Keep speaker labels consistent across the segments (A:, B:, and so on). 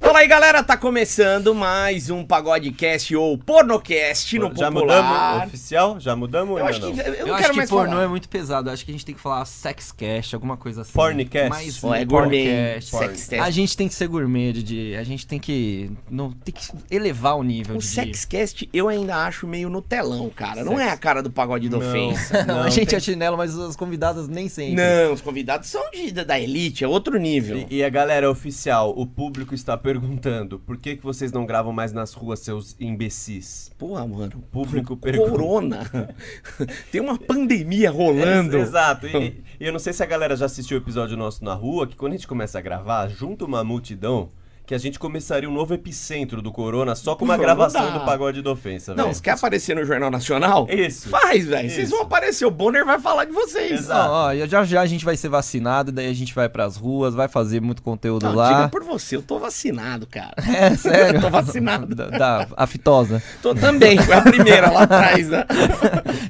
A: Fala aí, galera, tá começando mais um Pagodecast ou Pornocast no
B: já mudamos
A: popular.
B: oficial? Já mudamos?
A: Eu
B: ainda
A: acho que
B: não?
A: eu,
C: Eu,
A: não
C: acho
A: quero
C: que
A: mais
C: pornô
A: falar.
C: é muito pesado. Eu acho que a gente tem que falar sexcast, alguma coisa assim.
B: Porncast.
C: Mais
A: Pô, é
C: um
A: gourmet,
C: porncast.
A: sextest.
B: Ah,
C: A gente tem que ser gourmet, Didi. A gente tem que. Não, tem que elevar o nível
A: O
C: Didi.
A: Sexcast eu ainda acho meio no telão, cara. Não
C: Sex.
A: é a cara do pagode da
B: Não.
A: ofensa.
C: Não,
B: Não,
C: a gente
B: tem-
C: é chinelo, mas as convidadas nem sempre.
A: Não, os convidados são de- da- da elite, é outro nível.
B: E, e a galera oficial, o público está perguntando por que, que vocês não gravam mais nas ruas, seus imbecis?
A: Porra, mano.
B: Público pergunta.
A: Corona. Tem uma pandemia rolando.
B: Ex- Exato. E, e eu não sei se a galera já assistiu o episódio nosso na rua, que quando a gente começa a gravar, junta uma multidão, que a gente começaria um novo epicentro do Corona só com uma
A: Não
B: gravação
A: dá.
B: do Pagode da Ofensa,
A: Não,
B: velho.
A: você quer aparecer no Jornal Nacional?
B: Isso.
A: Faz, velho. Vocês
B: Isso.
A: vão aparecer, o Bonner vai falar de vocês.
B: Exato.
C: Ó, ó, já já a gente vai ser vacinado, daí a gente vai pras ruas, vai fazer muito conteúdo
A: Não,
C: lá.
A: diga por você, eu tô vacinado, cara.
C: É, sério.
A: Eu tô vacinado.
C: Da, da aftosa.
A: Tô também, foi a primeira lá atrás, né?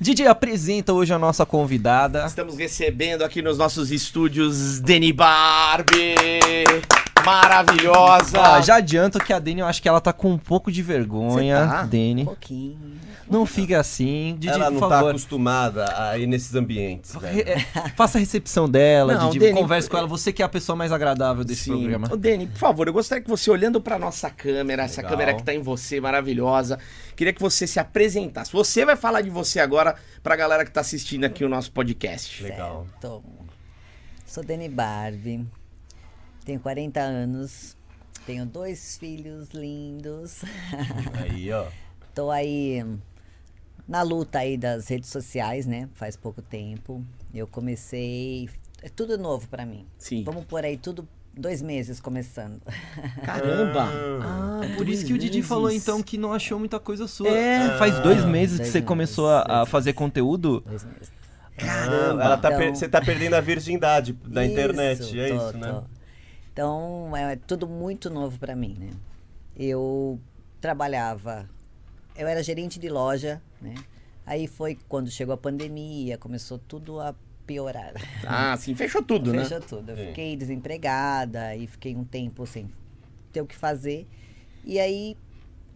C: Didi, apresenta hoje a nossa convidada.
A: Estamos recebendo aqui nos nossos estúdios Deni Barbie, maravilhosa.
C: Ó, Ah, já adianto que a Dani, eu acho que ela tá com um pouco de vergonha.
A: Você tá?
C: Dani.
A: Um pouquinho.
C: Não fique assim, Didi,
B: Ela
C: por
B: não tá
C: favor.
B: acostumada a ir nesses ambientes,
C: Re-
B: velho.
C: é, faça a recepção dela,
A: Não,
C: Didi,
A: Deni,
C: converse com ela. Você que é a pessoa mais agradável desse
A: Sim.
C: programa.
A: Ô, Deni, por favor, eu gostaria que você, olhando pra nossa câmera, essa
B: Legal.
A: câmera que tá em você, maravilhosa, queria que você se apresentasse. Você vai falar de você agora pra galera que tá assistindo aqui o nosso podcast.
B: Legal.
D: Certo. Sou Dani Barbie, tenho 40 anos, tenho dois filhos lindos.
B: Aí, ó.
D: Tô aí na luta aí das redes sociais, né? Faz pouco tempo. Eu comecei. É tudo novo pra mim.
A: Sim.
D: Vamos por aí tudo dois meses começando.
A: Caramba!
C: Ah, por isso que o Didi
A: meses.
C: falou então que não achou muita coisa sua. Ah,
A: É.
C: Faz dois meses que
D: Dois
C: você
D: meses,
C: começou a,
D: dois
C: a fazer conteúdo.
D: Dois meses.
B: Caramba. Ela tá per-
D: Então-
B: Você tá perdendo a virgindade da internet, é
D: tô,
B: isso,
D: tô.
B: né?
D: Então, é tudo muito novo pra mim, né? Eu trabalhava, eu era gerente de loja, né? Aí foi quando chegou a pandemia, começou tudo a piorar. né?
A: Ah, sim, fechou tudo, né?
D: Fechou tudo. Eu
B: Sim.
D: fiquei desempregada e fiquei um tempo sem ter o que fazer. E aí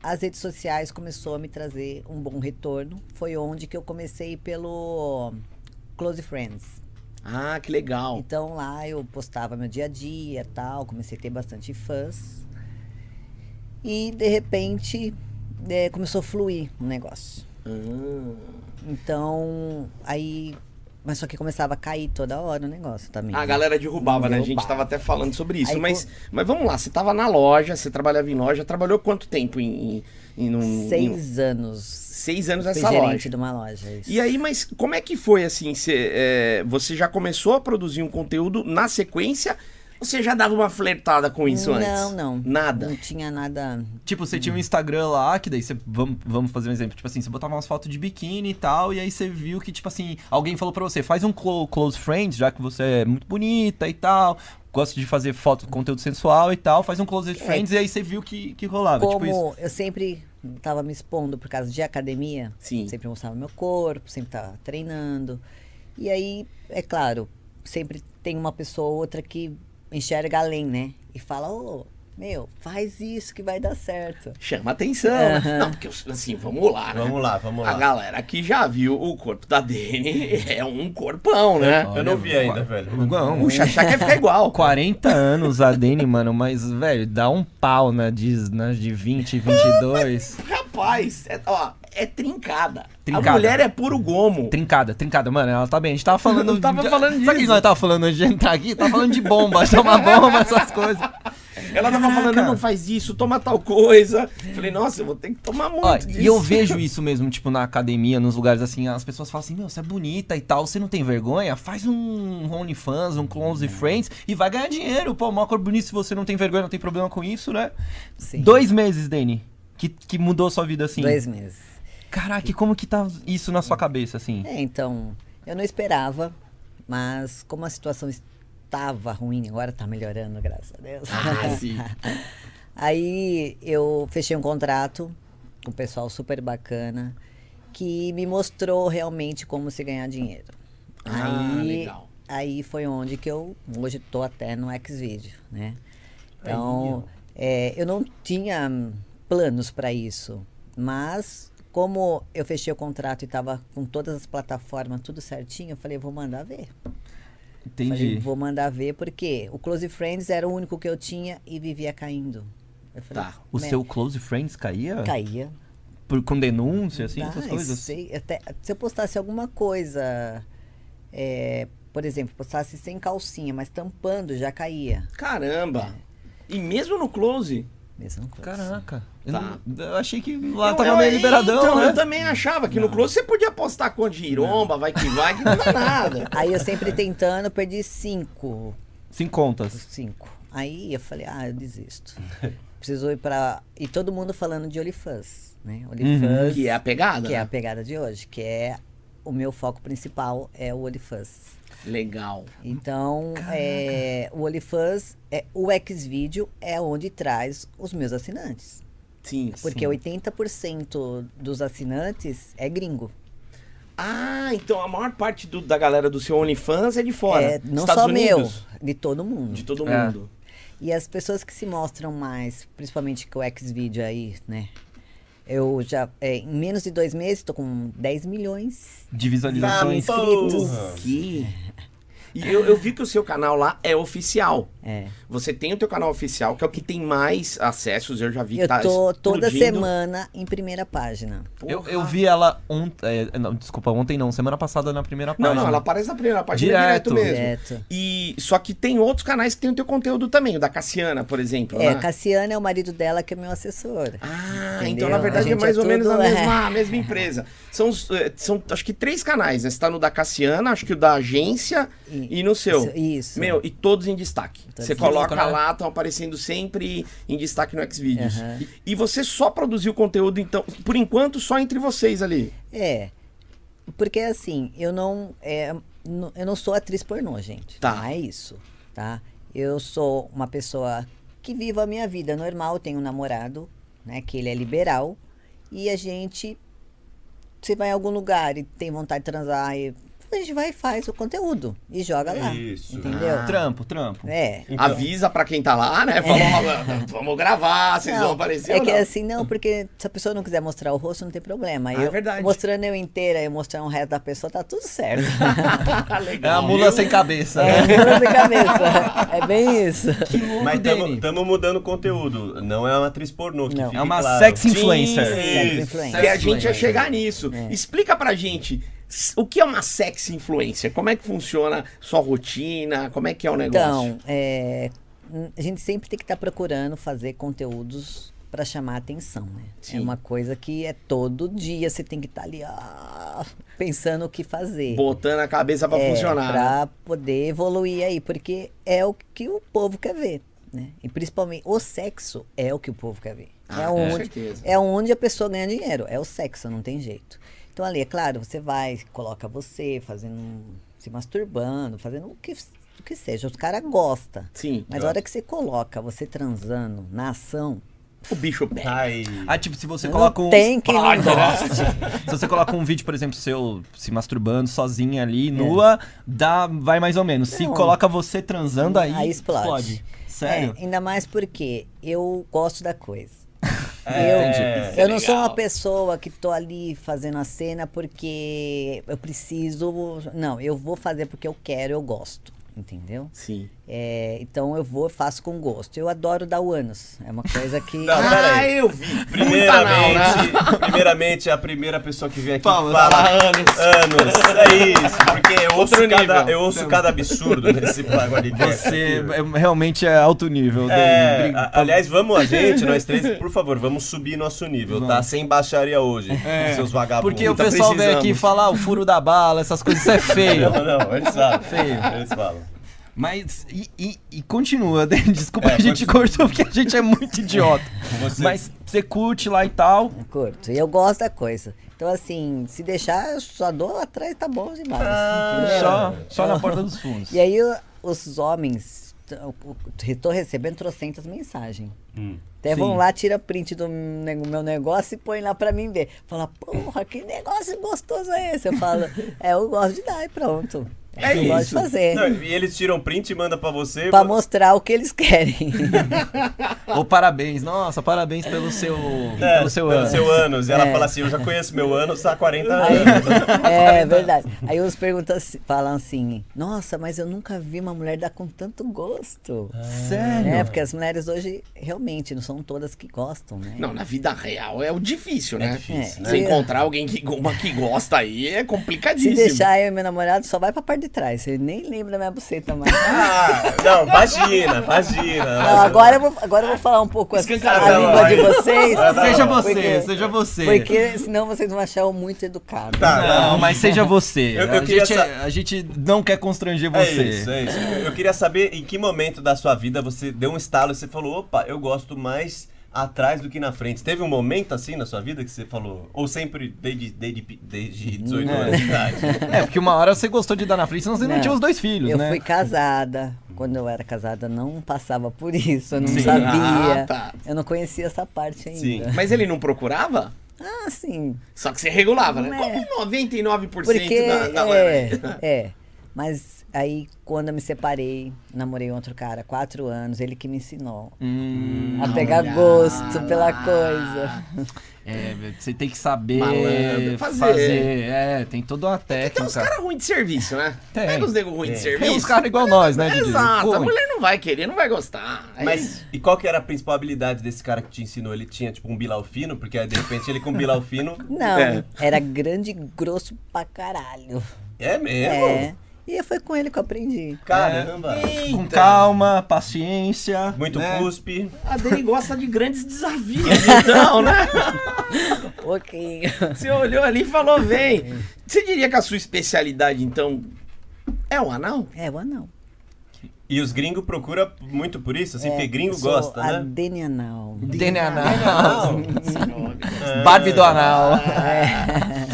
D: as redes sociais começou a me trazer um bom retorno. Foi onde que eu comecei pelo Close Friends.
A: Ah, que legal.
D: Então lá eu postava meu dia a dia tal, comecei a ter bastante fãs. E de repente eh, começou a fluir o negócio.
A: Ah.
D: Então, aí. Mas só que começava a cair toda hora o negócio também.
A: Ah, a
D: né?
A: galera derrubava, né? A gente
D: Derrubava.
A: tava até falando sobre isso.
D: Aí,
A: mas, mas vamos lá, você tava na loja, você trabalhava em loja, trabalhou quanto tempo em, em, em, num- em-
D: Seis anos.
A: um, seis anos
D: Fui
A: nessa
D: gerente
A: loja.
D: de uma loja. Isso.
A: E aí, mas como é que foi assim? Você, é, você já começou a produzir um conteúdo na sequência? Ou você já dava uma flertada com isso
D: não,
A: antes?
D: Não, não.
A: Nada.
D: Não tinha nada.
C: Tipo, você tinha um Instagram lá, que daí você. Vamos, vamos fazer um exemplo. Tipo assim, você botava umas fotos de biquíni e tal, e aí você viu que, tipo assim, alguém falou pra você, faz um clo- close friends, já que você é muito bonita e tal. Gosta de fazer foto, conteúdo sensual e tal, faz um close friends, e aí você viu que, que rolava.
D: Como
C: Tipo isso.
D: eu sempre tava me expondo por causa de academia,
A: Sim.
D: sempre mostrava meu corpo, sempre tava treinando. E aí, é claro, sempre tem uma pessoa ou outra que enxerga além, né? E fala, ô, meu, faz isso que vai dar certo.
A: Chama atenção. né? Não, porque assim, vamos lá, né?
B: Vamos lá, vamos
A: A
B: lá.
A: galera que já viu o corpo da Dani é um corpão, né?
B: Eu não vi ainda, velho.
C: Não,
A: O Xaxá quer ficar igual.
C: 40 anos a Dani, mano, mas, velho, dá um pau na de, nas de 20, 22.
A: Rapaz, é, ó, é trincada. A
C: Trincada.
A: mulher é puro gomo.
C: Trincada, trincada, mano, ela tá bem. A gente tava falando.
A: Eu tava falando
C: Sabe
A: disso.
C: o que nós tava falando antes de entrar aqui? Tava falando de bomba, uma bomba, essas coisas.
A: Ela tava falando, não faz isso, toma tal coisa. Falei, nossa, eu vou ter que tomar muito
C: Ó,
A: disso.
C: e eu vejo isso mesmo, tipo, na academia, nos lugares assim, as pessoas falam assim, meu, você é bonita e tal, você não tem vergonha? Faz um OnlyFans, um Close Friends e vai ganhar dinheiro. Pô, uma cor bonita, se você não tem vergonha, não tem problema com isso, né?
D: Sim.
C: Dois meses, Dani, que, que mudou sua vida assim.
D: Dois meses.
C: Caraca, e como que tá isso na sua cabeça, assim?
D: É, então, eu não esperava, mas como a situação estava ruim, agora tá melhorando, graças a Deus.
A: Ah, sim.
D: Aí eu fechei um contrato com um pessoal super bacana que me mostrou realmente como se ganhar dinheiro.
A: Ah,
D: aí,
A: legal.
D: aí foi onde que eu hoje tô até no Xvideo, né? Então, É, eu não tinha hum, planos para isso, mas como eu fechei o contrato e estava com todas as plataformas tudo certinho, eu falei, vou mandar ver. Falei,
C: Entendi.
D: vou mandar ver, porque o Close Friends era o único que eu tinha e vivia caindo. Eu falei,
A: Tá.
C: O
D: "Né,
C: seu close friends caía?
D: Caía.
C: Por- com denúncia, assim,
D: Ah,
C: essas
D: eu
C: coisas?
D: sei, até- se eu postasse alguma coisa, é, por exemplo, postasse sem calcinha, mas tampando, já caía.
A: Caramba. E mesmo no close.
D: Mesmo coisa.
C: Caraca. Eu,
A: Tá.
C: não- eu achei que lá
A: Eu-
C: tava
A: eu-
C: meio liberadão,
A: então,
C: né?
A: eu também achava que no close você podia apostar com a giromba, vai que vai, que não dá nada.
D: Aí eu sempre tentando, perdi cinco.
C: Sem contas.
D: Cinco. Aí eu falei, ah, eu desisto. Precisou ir pra. E todo mundo falando de OnlyFans,
C: Uhum.
D: né? OnlyFans,
A: Que é a pegada.
D: que é a
A: né?
D: pegada de hoje, que é o meu foco principal é o OnlyFans.
A: Legal.
D: Então, é, o OnlyFans, é, o Xvideo é onde traz os meus assinantes.
A: Sim.
D: Porque 80% dos assinantes é gringo.
A: Ah, então a maior parte do- da galera do seu OnlyFans é de fora.
D: é, não
A: Estados
D: só
A: Unidos.
D: meu, de todo mundo.
A: De todo
C: É.
A: mundo.
D: E as pessoas que se mostram mais, principalmente com o Xvideo aí, né? Eu já, é, em menos de dois meses, tô com 10 milhões.
C: De visualizações.
D: Tá, inscritos.
A: Que... E eu, eu vi que o seu canal lá é oficial.
D: É.
A: Você tem o teu canal oficial, que é o que tem mais acessos, eu já vi.
D: Eu
A: tá
D: tô toda
A: explodindo.
D: semana em primeira página.
C: Eu,
A: Porra.
C: eu vi ela ontem. não, desculpa, ontem não, semana passada na primeira
A: Não,
C: página.
A: não, ela aparece na primeira página é
C: Direto.
A: direto, mesmo.
D: Direto.
A: E só que tem outros canais que tem o teu conteúdo também, o da Cassiana, por exemplo.
D: É,
A: né?
D: Cassiano é o marido dela, que é meu assessor.
A: Ah,
D: Entendeu?
A: então na verdade
D: A
A: é
D: gente
A: mais
D: é
A: ou menos a
D: tudo-
A: mesma, a mesma empresa. São, os, eh, são, acho que três canais, né? Você tá no da Cassiana, acho que o da agência e,
D: E-
A: no seu.
D: Isso, isso.
A: Meu, e todos em destaque.
D: Todos
A: você
D: em
A: coloca
C: destaque, né?
A: lá, estão aparecendo sempre em destaque no Xvideos.
D: Aham.
A: E- E você só produziu conteúdo, então, por enquanto, só entre vocês ali.
D: É. Porque assim, eu não, é, n- eu não sou atriz pornô, gente.
A: Tá.
D: Não é isso, tá? Eu sou uma pessoa que vivo a minha vida normal, eu tenho um namorado, né, que ele é liberal, e a gente você vai em algum lugar e tem vontade de transar, e a gente vai e faz o conteúdo e joga lá.
B: Isso.
D: Entendeu?
C: Trampo, trampo.
D: É.
A: Avisa pra quem tá lá, né? Fala, ó, vamos gravar, vocês vão
D: Não,
A: aparecer
D: é
A: ou
D: que
A: não?
D: assim, não, porque se a pessoa não quiser mostrar o rosto, não tem problema.
A: Ah, é
D: eu,
A: verdade.
D: Mostrando eu inteira e mostrando o resto da pessoa, tá tudo certo.
C: É a mula sem
A: Tá
C: cabeça,
D: É,
C: né?
D: mula sem cabeça. É bem isso.
E: É.
B: Mas
C: Dani.
B: estamos mudando o conteúdo. Não é uma atriz pornô que
D: Não.
B: fique
C: É uma
B: claro.
C: sex influencer.
A: Sim.
D: Sex
B: Isso.
D: influencer.
A: que a gente ia
D: assim.
C: Influencer.
A: chegar nisso.
D: É.
A: Explica pra gente s- o que é uma sexy influencer? Como é que funciona sua rotina? Como é que é o negócio?
D: Então, é, n- a gente sempre tem que estar procurando fazer conteúdos para chamar atenção, né?
A: Sim.
D: É uma coisa que é todo dia, você tem que estar ali ah, pensando o que fazer.
A: Botando a cabeça pra
D: É,
A: funcionar. né?
D: Pra poder evoluir aí, porque é o que o povo quer ver, né? E principalmente o sexo é o que o povo quer ver.
A: Ah,
D: é,
A: com
D: onde,
A: certeza.
D: é onde a pessoa ganha dinheiro, é o sexo, não tem jeito. Então ali, é claro, você vai, coloca você fazendo, um- se masturbando, fazendo o que, o que seja. Os caras gostam.
A: Sim.
D: Mas a hora que você coloca você transando na ação,
A: O bicho pega.
B: Ai.
C: Ah, tipo, se você
D: não
C: coloca um.
D: tem quem não goste.
C: Se você coloca um vídeo, por exemplo, seu se masturbando sozinha ali, nua, dá, vai mais ou menos. Se
D: É. Não.
C: coloca você transando aí.
D: Aí explode.
C: Sério?
D: É, ainda mais porque eu gosto da coisa.
B: É,
D: eu eu não sou
A: legal.
D: uma pessoa que tô ali fazendo a cena porque eu preciso. Não, eu vou fazer porque eu quero, eu gosto. Entendeu?
A: Sim.
D: É, então eu vou, faço com gosto. Eu adoro dar o ânus. É uma coisa que.
B: Não,
A: ah,
B: pera aí.
A: eu vi.
C: né?
E: né?
B: Primeiramente, primeiramente, a primeira pessoa que vem aqui
C: Palmas.
B: fala
A: Fala anos.
B: anos. É isso, porque eu ouço,
A: Outro nível.
B: cada, eu ouço cada absurdo nesse
D: então.
B: Guaricast.
C: Você é- realmente é ah, alto nível. Dani.
B: É,
C: Brin-
B: a- aliás, vamos a gente, nós três, por favor, vamos subir nosso nível, tá? Sem baixaria hoje, seus vagabundos.
C: É. Porque o
A: tá
C: pessoal vem
A: precisando.
C: aqui falar "Ah, o furo da bala, essas coisas, isso é feio.
B: Não, não, eles falam.
C: Feio.
B: Eles falam.
C: Mas, e, e- e continua, Dani, desculpa
B: É,
C: a gente cortou, porque a gente é muito idiota.
B: Você-
C: Mas você curte lá e tal.
D: Eu curto. E eu gosto da coisa. Então, assim, se deixar, eu só dou atrás, tá bom demais.
B: Ah,
D: entendeu?
C: Só, só
D: É.
C: na porta dos fundos.
D: E aí o- os homens, estou recebendo trocentas mensagens. Até
C: Sim.
D: vão lá, tira print do ne- meu negócio e põe lá pra mim ver. Fala, porra, que negócio gostoso é esse? Eu falo, é, eu gosto de dar e pronto.
A: É
D: Eu gosto de
A: isso.
D: fazer.
B: Não, e eles tiram print e mandam pra você.
D: Pra
B: vo-
D: mostrar o que eles querem.
C: Ou parabéns, nossa, parabéns pelo seu,
B: É,
C: pelo seu ano.
B: ânus. E ela
D: É.
B: fala assim: Eu já conheço meu ânus há 40
D: Aí-
B: anos.
D: é verdade. Aí uns perguntam, assim- falam assim: Nossa, mas eu nunca vi uma mulher dar com tanto gosto.
C: Sério?
D: É, porque as mulheres hoje realmente não são todas que gostam, né?
A: Não, na vida real é o difícil, né?
B: difícil,
D: né?
A: Você encontrar alguém que, uma que gosta aí é
D: Se
A: complicadíssimo.
D: deixar eu e meu namorado, só vai pra parte de trás. Ele nem lembra da minha buceta mais.
B: Ah, não, vagina, vagina.
D: Não, agora, eu vou, agora eu vou falar um pouco a, a
B: Escancarada,
D: língua de
B: vai.
D: vocês.
C: Seja você,
D: Porque-
C: seja você.
D: Porque senão vocês vão achar eu muito educado.
B: Tá,
C: Não, mas seja você.
B: Eu- eu
C: a,
B: queria
C: gente, é-
B: sa-
C: a gente não quer constranger
B: É
C: você.
B: isso, é isso. Eu queria saber em que momento da sua vida você deu um estalo e você falou, opa, eu gosto mais atrás do que na frente. Teve um momento assim na sua vida que você falou, ou sempre desde, desde, desde 18 anos de idade?
C: É, porque uma hora você gostou de dar na frente, senão você não,
D: Não.
C: tinha os dois filhos,
D: Eu
C: né?
D: fui casada. Quando eu era casada, não passava por isso. Eu não
A: Sim.
D: sabia.
A: Ah, tá.
D: Eu não conhecia essa parte ainda.
B: Sim.
A: Mas ele não procurava?
D: Ah, sim.
A: Só que você regulava, né?
D: Não é.
A: Como 99%
D: Porque.
A: da
B: tá,
D: é,
A: galera.
D: é. Mas aí, quando eu me separei, namorei um outro cara há quatro anos, ele que me ensinou
C: Hum,
D: a pegar
A: Olha
D: gosto pela
A: lá.
D: coisa.
C: é, você tem que saber
A: Malandro,
C: fazer.
A: fazer.
C: É, tem toda uma técnica.
A: Tem uns Então, caras ruins de serviço, né?
C: Tem.
A: Pega os nego ruins de serviço.
C: Tem uns caras igual nós, né, Didi?
A: Exato, a
C: Ruim.
A: mulher não vai querer, não vai gostar. Aí-
B: Mas e qual que era a principal habilidade desse cara que te ensinou? Ele tinha tipo um bilau fino? Porque aí, de repente ele com bilau fino...
D: Não,
A: É.
D: era grande e grosso pra caralho.
B: É mesmo?
D: É. E foi com ele que eu aprendi.
B: Caramba!
C: Com calma, paciência.
B: Muito
C: né?
B: cuspe.
A: A Dani gosta de grandes desafios, então, né?
D: pouquinho.
A: Você olhou ali e falou, vem. Você diria que a sua especialidade, então, é o anal?
D: É, eu não.
B: E os gringos procuram muito por isso,
C: É,
B: assim, porque gringo
D: Eu É, sou
B: gosta,
D: a
B: né?
D: Denianal.
C: Dene anal.
E: Uhum.
B: Ah.
C: Barbie do anal.
A: Eu-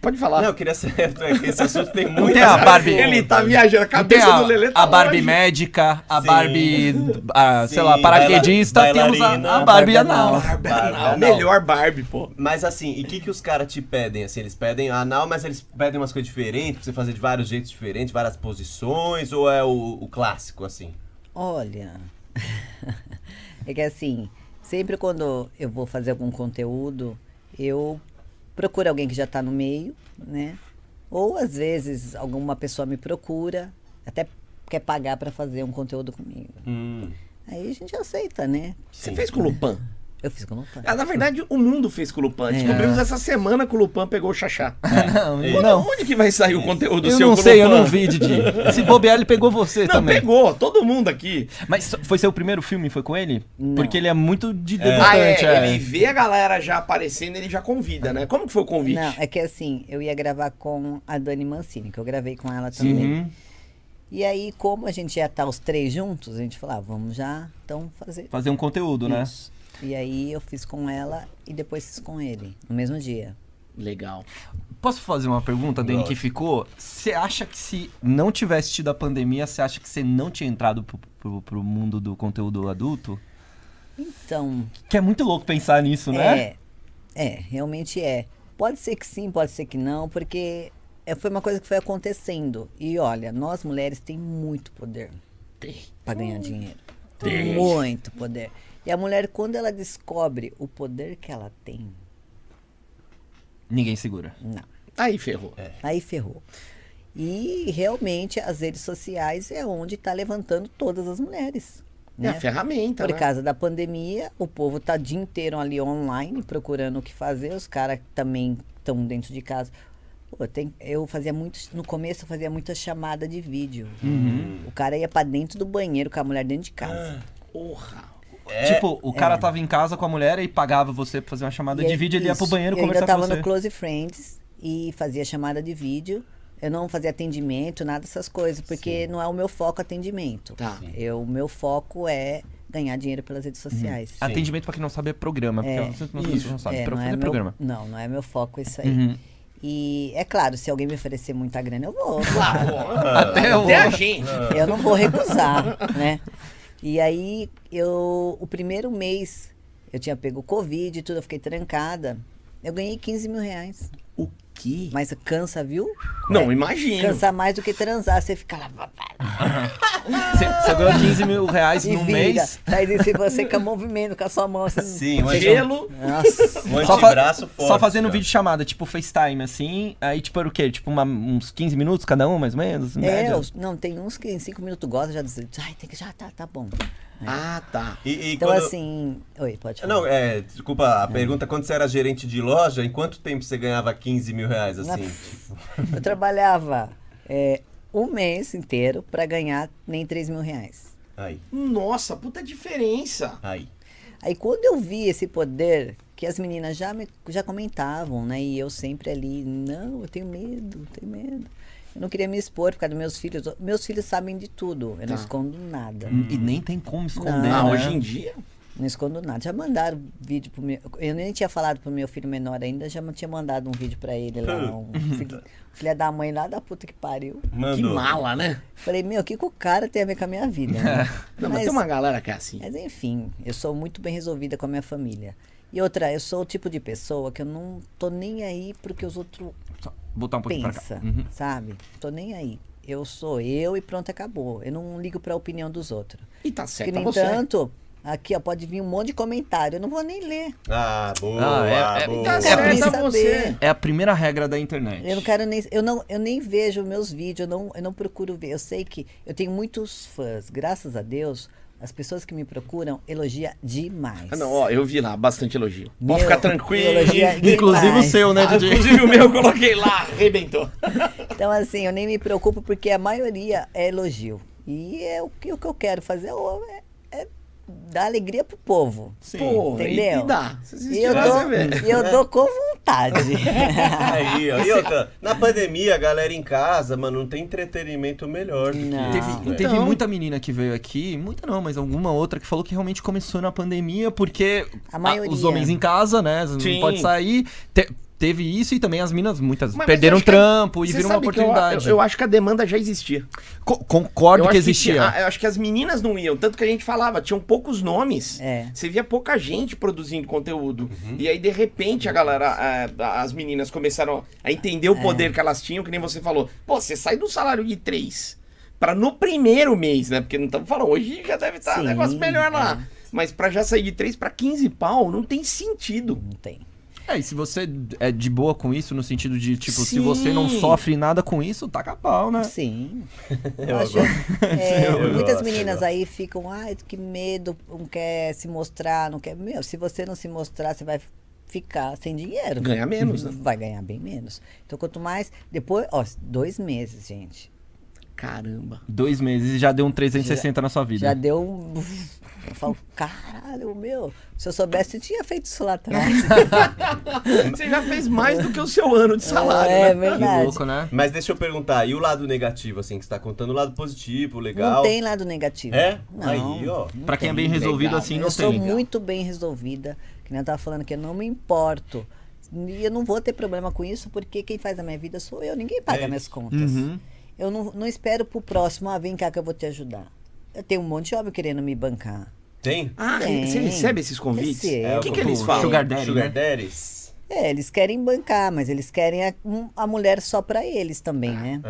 A: Pode falar.
B: Não, eu queria ser. é que Esse assunto tem
C: Não
B: muito.
C: tem a Barbie.
A: Ele tá viajando, a
C: Não tem
A: cabeça
C: a,
A: do Lelê tá
C: a Barbie
A: longe.
C: médica, a
B: Sim.
C: Barbie, a, sei lá,
B: Sim,
C: paraquedista,
B: baila-
C: temos a, a
B: bailarina,
C: Barbie
D: Barbie
C: anal.
D: anal.
A: Barbie
B: Barbie
A: anal,
B: anal.
A: melhor Barbie, pô.
B: Mas assim, e o que, que os caras te pedem? Assim, eles pedem anal, mas eles pedem umas coisas diferentes, pra você fazer de vários jeitos diferentes, várias posições, ou é o, o clássico, assim?
D: Olha, é que assim, sempre quando eu vou fazer algum conteúdo, eu procuro alguém que já está no meio, né? Ou às vezes alguma pessoa me procura, até quer pagar para fazer um conteúdo comigo.
B: Hum.
D: Aí a gente aceita, né?
A: Você
B: Sim.
A: fez com o Lupan?
D: Eu fiz com o Lupan.
A: Ah, na verdade, o mundo fez com o Lupan. Descobrimos essa semana que o Lupan pegou o Xaxá.
C: Não,
A: Quando-
C: não.
A: Onde que vai sair o conteúdo
C: Eu
A: É. seu
C: não
A: com o
C: sei, eu
A: Lupan?
C: não vi, Didi. Se bobear, ele pegou você
A: Não,
C: também.
A: pegou, todo mundo aqui.
C: Mas so- foi seu primeiro filme, foi com ele?
D: Não.
C: Porque ele é muito de
A: Ah,
C: debutante,
A: é,
C: é.
A: ele vê a galera já aparecendo, ele já convida, né? Como que foi o convite?
D: Não, é que assim, eu ia gravar com a Dani Mancini, que eu gravei com ela também.
C: Uhum.
D: E aí, como a gente ia estar os três juntos, a gente falou, ah, vamos já então fazer
C: Fazer um conteúdo, né?
D: Isso. E aí eu fiz com ela e depois fiz com ele, no mesmo dia.
A: Legal.
C: Posso fazer uma pergunta, Dani, que
B: Lógico.
C: ficou? Você acha que se não tivesse tido a pandemia, você acha que você não tinha entrado pro, pro- pro mundo do conteúdo adulto?
D: Então,
C: Que é muito louco pensar nisso, né?
D: é, é, realmente é. Pode ser que sim, pode ser que não, porque é, foi uma coisa que foi acontecendo. E olha, nós mulheres tem muito poder
A: Tem.
D: para ganhar
A: Hum.
D: dinheiro.
A: Tem.
D: Muito poder. E a mulher, quando ela descobre o poder que ela tem,
C: Ninguém segura.
D: não.
A: Aí ferrou.
D: Aí ferrou. E realmente as redes sociais é onde está levantando todas as mulheres.
A: É
D: Né?
A: a ferramenta,
D: Por
A: né?
D: causa da pandemia, o povo tá o dia inteiro ali online procurando o que fazer, os caras também estão dentro de casa. Pô, tem- eu fazia muito. No começo eu fazia muita chamada de vídeo.
A: Uhum.
D: O cara ia pra dentro do banheiro com a mulher dentro de
A: Ah.
D: casa.
A: Porra.
C: tipo, o cara tava em casa com a mulher e pagava você pra fazer uma chamada
D: E
C: de
D: aí-
C: vídeo, ele ia pro
D: isso.
C: banheiro
D: eu ainda
C: conversar com
D: tava
C: você.
D: no Close Friends e fazia chamada de vídeo. Eu não fazia atendimento, nada dessas coisas, porque não é o meu foco atendimento.
A: Tá.
D: Eu, o meu foco é ganhar dinheiro pelas redes
C: Uhum.
D: sociais.
C: Atendimento pra quem não sabe é programa, porque eu não sei se as pessoas não sabem,
D: É,
C: pra
D: não é
C: fazer
D: meu-
C: programa.
D: Não, não é meu foco isso aí.
C: Uhum.
D: E é claro, se alguém me oferecer muita grana, eu vou.
A: Ah,
D: claro.
A: pô.
C: Até o-
A: Até a gente.
D: eu não vou recusar, né? E aí, eu, o primeiro mês, eu tinha pego Covid e tudo, eu fiquei trancada. Eu ganhei 15 mil reais.
A: O aqui.
D: Mas cansa, viu?
A: Não, imagino.
D: Cansa mais do que transar. Você fica lá.
C: Você você ganhou 15 mil reais
D: E
C: num
D: vira.
C: mês.
D: Faz isso e você com o movimento, com a sua mão. Assim.
B: Sim,
C: é
B: um anti-
A: Gelo.
D: Nossa.
B: um
C: Só, fa-
B: antebraço forte.
C: só fazendo
B: cara.
C: vídeo chamada, tipo FaceTime, assim. Aí, tipo, era o quê? Tipo, uma- uns 15 minutos cada um, mais ou menos? em
D: É,
C: média?
D: os- não, tem uns que em cinco minutos gosta, já diz, ai, tem que já tá, tá bom.
A: Ah, tá.
B: E, e
D: Então,
B: quando-
D: assim. Oi, pode falar.
B: Não, é, desculpa a pergunta. Quando você era gerente de loja, em quanto tempo você ganhava 15 mil reais, assim?
D: Eu trabalhava é, um mês inteiro pra ganhar nem 3 mil reais.
B: Aí,
A: Nossa, puta diferença.
B: aí.
D: Aí quando eu vi esse poder, que as meninas já, me, já comentavam, né? E eu sempre ali, não, eu tenho medo, eu tenho medo. Eu não queria me expor por causa dos meus filhos. Meus filhos sabem de tudo, eu não
A: Tá.
D: escondo nada.
C: E nem tem como esconder.
A: Ah,
C: né?
A: hoje em dia?
D: Não escondo nada. Já mandaram vídeo pro meu. Eu nem tinha falado pro meu filho menor ainda, já tinha mandado um vídeo pra ele lá. Um
A: Tá.
D: filho, filha da mãe lá da puta que pariu.
A: Que
B: Mandou.
A: mala, né?
D: Falei, meu, o que, que o cara tem a ver com a minha vida? né?
A: Não, mas, tem uma galera que é assim.
D: mas enfim, eu sou muito bem resolvida com a minha família. E outra, eu sou o tipo de pessoa que eu não tô nem aí pro que os outros
C: Só botar um pouquinho pra
D: pensam,
C: cá. Uhum.
D: sabe? Tô nem aí. Eu sou eu e pronto, acabou. Eu não ligo pra opinião dos outros.
A: E tá certo
D: Porque,
A: pra
D: no
A: você.
D: entanto, aqui ó, pode vir um monte de comentário. Eu não vou nem ler.
B: Ah, boa,
C: Ah, é- é-
B: boa.
A: Tá
D: Eu quero
A: certo
D: nem
A: pra você.
D: saber.
C: É a primeira regra da internet.
D: Eu não quero nem. Eu, não, eu nem vejo meus vídeos, eu não, eu não procuro ver. Eu sei que eu tenho muitos fãs. Graças a Deus, as pessoas que me procuram elogia demais.
A: Ah, não, ó, eu vi lá, bastante elogio.
D: Meu, é
A: Pode ficar tranquilo.
D: elogia
C: Inclusive o
D: demais.
C: seu, né,
A: Ah,
C: DJ?
A: inclusive o meu eu coloquei lá, arrebentou.
D: Então, assim, eu nem me preocupo porque a maioria é elogio. E é o que, o que eu quero fazer ó, é, é dar alegria pro povo.
C: Sim. Hum.
A: Pô, e-
D: Entendeu?
A: E, dá. Se
D: E eu,
A: existir, você vê.
D: dou, e eu dou com vontade.
B: Aí, ó. É, E outra, na pandemia, a galera em casa, mano, não tem entretenimento melhor do que
D: Não.
B: isso,
C: Teve,
B: velho.
C: teve
A: Então-
C: muita menina que veio aqui, muita não, mas alguma outra que falou que realmente começou na pandemia porque
D: A maioria.
C: os homens em casa, né?
A: Sim.
C: Não pode sair. Te- teve isso e também as minas, muitas,
A: Mas- mas
C: perderam um
A: acho que- é-
C: trampo e
A: Você
C: viram uma
A: sabe que eu-
C: oportunidade.
A: Eu, eu acho que a demanda já existia.
C: Co- concordo
A: eu
C: que
A: acho
C: existia.
A: tinha- ah, eu acho que as meninas não iam, tanto que a gente falava, tinham poucos nomes.
D: É.
A: Você via pouca gente produzindo conteúdo. E aí, de repente, a galera, a- a- as meninas começaram a entender
D: É.
A: o poder que elas tinham, que nem você falou. Pô, você sai do salário de três pra no primeiro mês, né? Porque não estamos falando, hoje já deve estar um
D: Sim, é.
A: negócio melhor lá. Mas pra já sair de três pra 15 pau, não tem sentido.
D: Não tem.
C: É, e se você é de boa com isso, no sentido de, tipo, se
A: Sim.
C: você não sofre nada com isso, taca pau, né?
D: Sim.
B: Eu
D: Acho-
B: gosto.
D: é,
B: Eu
D: muitas
B: gosto, eu
D: meninas
B: gosto.
D: aí ficam, ai, que medo, não quer se mostrar, não quer. Meu, se você não se mostrar, você vai ficar sem dinheiro.
A: Ganha menos, né?
D: Vai ganhar bem menos. Então, quanto mais. Depois, ó, dois meses, gente.
A: Caramba.
C: Dois meses e já deu um 360 na sua vida.
D: Já deu um. Eu falo, caralho, meu. Se eu soubesse, eu tinha feito isso lá atrás.
A: Você já fez mais do que o seu ano de salário.
D: é,
A: né?
C: Que
D: verdade.
C: louco, né?
B: Mas deixa eu perguntar, e o lado negativo, assim, que você tá contando? O lado positivo, legal?
D: Não tem lado negativo.
B: É?
D: Não.
B: Aí, ó.
C: Pra quem é bem
A: tem,
C: resolvido
A: legal.
C: assim,
D: né? eu
C: não
D: sou
C: tem.
D: muito bem resolvida, que nem eu tava falando que eu não me importo. E eu não vou ter problema com isso, porque quem faz a minha vida sou eu, ninguém paga
B: É
D: minhas contas.
C: Uhum.
D: Eu não, não espero pro próximo, ah, vem cá que eu vou te ajudar. Eu tenho um monte de homem querendo me bancar.
B: Tem? É,
A: Ah,
D: Tem.
A: você recebe esses convites?
D: Recebo.
A: o que, que
B: o-
A: eles
C: o
A: falam?
C: Sugar Daddy,
B: Sugar
C: né?
B: Daddies.
D: É, eles querem bancar, mas eles querem a, um- a mulher só pra eles também, né?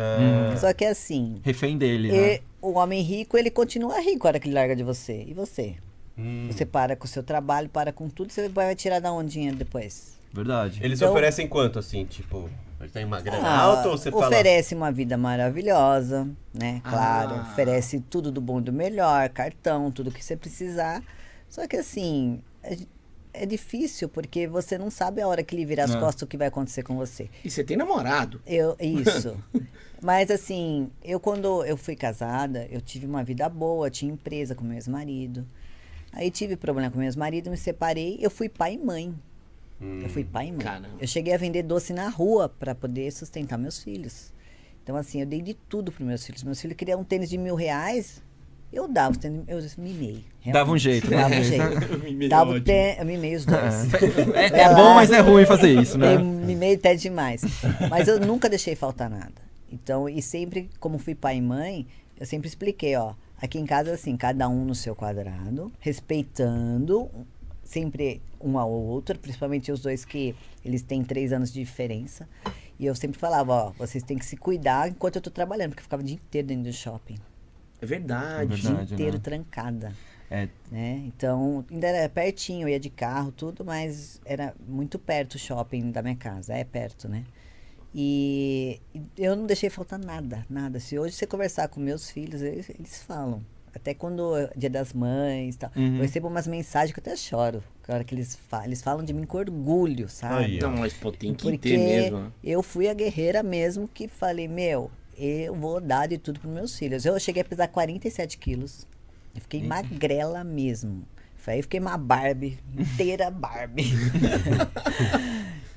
D: Só que assim,
C: Refém dele, né?
D: e, o homem rico, ele continua rico a hora que ele larga de você. E você?
B: Hum.
D: Você para com o seu trabalho, para com tudo, você vai tirar da onde dinheiro depois?
C: Verdade.
B: Eles
D: Então-
B: oferecem quanto, assim, tipo... Ele tem uma grana
D: Ah,
B: alta ou você fala...
D: Oferece uma vida maravilhosa, né? Claro,
A: Ah.
D: oferece tudo do bom e do melhor, cartão, tudo que você precisar. Só que assim, é, é difícil porque você não sabe a hora que ele virar as
C: É.
D: costas o que vai acontecer com você.
A: E você tem namorado.
D: Eu, isso. Mas assim, eu quando eu fui casada, eu tive uma vida boa, tinha empresa com meu ex-marido. Aí tive problema com meu ex-marido, me separei, eu fui pai e mãe. Eu fui pai e mãe.
A: Caramba.
D: Eu cheguei a vender doce na rua para poder sustentar meus filhos. Então, assim, eu dei de tudo para meus filhos. Meus filhos queriam um tênis de mil reais, eu dava os tênis, eu mimei. realmente.
C: Dava um jeito, né?
D: Dava um jeito. Dava o tê- eu mimei os dois.
C: É, é
D: Vai
C: bom,
D: lá.
C: mas é ruim fazer isso, né?
D: Eu me meio até demais. Mas eu nunca deixei faltar nada. Então, e sempre, como fui pai e mãe, eu sempre expliquei, ó. Aqui em casa, assim, cada um no seu quadrado, respeitando sempre um ao outro, principalmente os dois que eles têm três anos de diferença. E eu sempre falava, ó, vocês têm que se cuidar enquanto eu tô trabalhando, porque eu ficava o dia inteiro dentro do shopping.
A: É verdade.
D: O dia
C: Verdade,
D: inteiro
C: né?
D: trancada.
C: É,
D: né? Então, ainda era pertinho, eu ia de carro, tudo, mas era muito perto o shopping da minha casa, é perto, né? E e eu não deixei faltar nada, nada. Se hoje você conversar com meus filhos, eles, eles falam. Até quando é Dia das Mães, e tal.
C: Uhum.
D: Eu recebo umas mensagens que eu até choro. Na hora que eles falam, eles falam de mim com orgulho, sabe?
B: Aí, ó.
A: Não, mas pô, tem que
D: Porque
A: ter mesmo. né?
D: eu fui a guerreira mesmo que falei, meu, eu vou dar de tudo pros meus filhos. Eu cheguei a pesar 47 quilos. Eu fiquei magrela mesmo. Aí eu fiquei uma Barbie, inteira Barbie.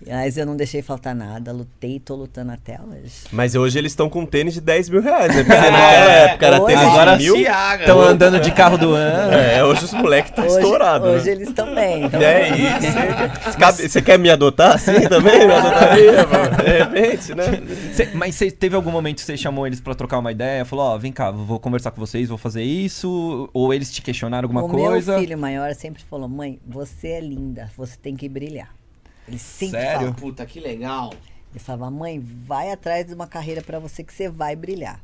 D: Mas eu não deixei faltar nada, lutei e tô lutando até hoje.
E: Mas hoje eles estão com um tênis de 10 mil reais, né? Porque naquela época era
D: É, hoje-
E: tênis
A: Ah,
D: Agora
E: de mil.
A: Thiago.
C: Estão andando de carro do ano.
E: É, hoje os moleques
B: tá
A: Tá
E: estão
D: hoje
A: né?
B: né?
E: estourados.
D: hoje eles também. Então,
E: É isso. Cabe- Você quer me adotar assim também? Me adotaria, mano. De repente, né?
C: Cê- mas cê, teve algum momento que você chamou eles pra trocar uma ideia? Falou, ó, vem cá, vou conversar com vocês, vou fazer isso? Ou eles te questionaram alguma
D: o
C: coisa?
D: meu filho maior sempre falou, mãe, você é linda, você tem que brilhar. Ele sempre
C: Sério?
D: fala.
A: Puta, que legal.
D: Ele falava, mãe, vai atrás de uma carreira pra você que você vai brilhar.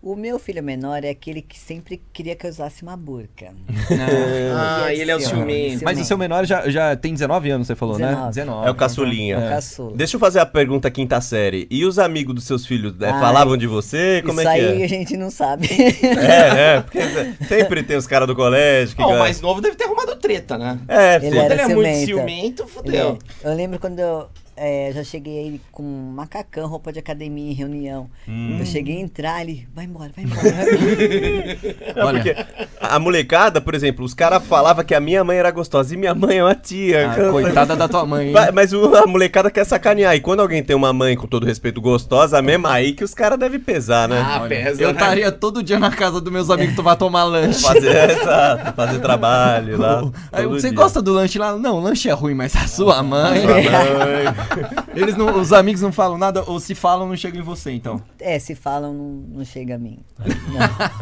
D: O meu filho menor é aquele que sempre queria que eu usasse uma burca.
A: Ah, e ele
D: assim,
A: é o ciumento.
D: né?
C: Mas o seu menor já, já tem 19 anos, você falou, né?
D: 19.
C: 19.
E: É o caçulinha.
D: É. Caçula.
E: Deixa eu fazer a pergunta quinta série. E os amigos dos seus filhos né,
D: Ai.
E: falavam de você? Como
D: Isso
E: é que
D: aí
E: é?
D: a gente não sabe.
E: É, é, porque sempre tem os caras do colégio que.
A: Ó, o
E: gosta-
A: mais novo deve ter arrumado treta, né?
E: É,
D: Ele
E: sim.
A: Quando
D: era
A: ele é muito
D: ciumento.
A: ciumento, fodeu.
D: É, eu lembro quando eu é, já cheguei aí com macacão, roupa de academia em reunião.
E: Hum.
D: Eu cheguei a entrar ali, vai embora, vai embora. Vai embora.
E: Não,
C: Olha.
E: porque a molecada, por exemplo, os caras falavam que a minha mãe era gostosa e minha mãe é uma tia.
C: Ah, coitada da tua mãe, hein?
E: Vai- Mas o- a molecada quer sacanear. E quando alguém tem uma mãe, com todo respeito, gostosa mesmo, aí que os caras devem pesar,
D: É.
E: né?
A: Ah, pesa,
C: Eu
A: né?
C: estaria todo dia na casa dos meus amigos, tu vai tomar lanche.
E: Fazer, exato, fazer trabalho lá.
C: Aí,
E: todo
C: você
E: dia.
C: gosta do lanche lá? Não, o lanche é ruim, mas a sua mãe.
E: Sua
D: É.
E: mãe.
C: Eles não, os amigos não falam nada, ou se falam, não chegam em você, então.
D: É, se falam, não, não chega a mim.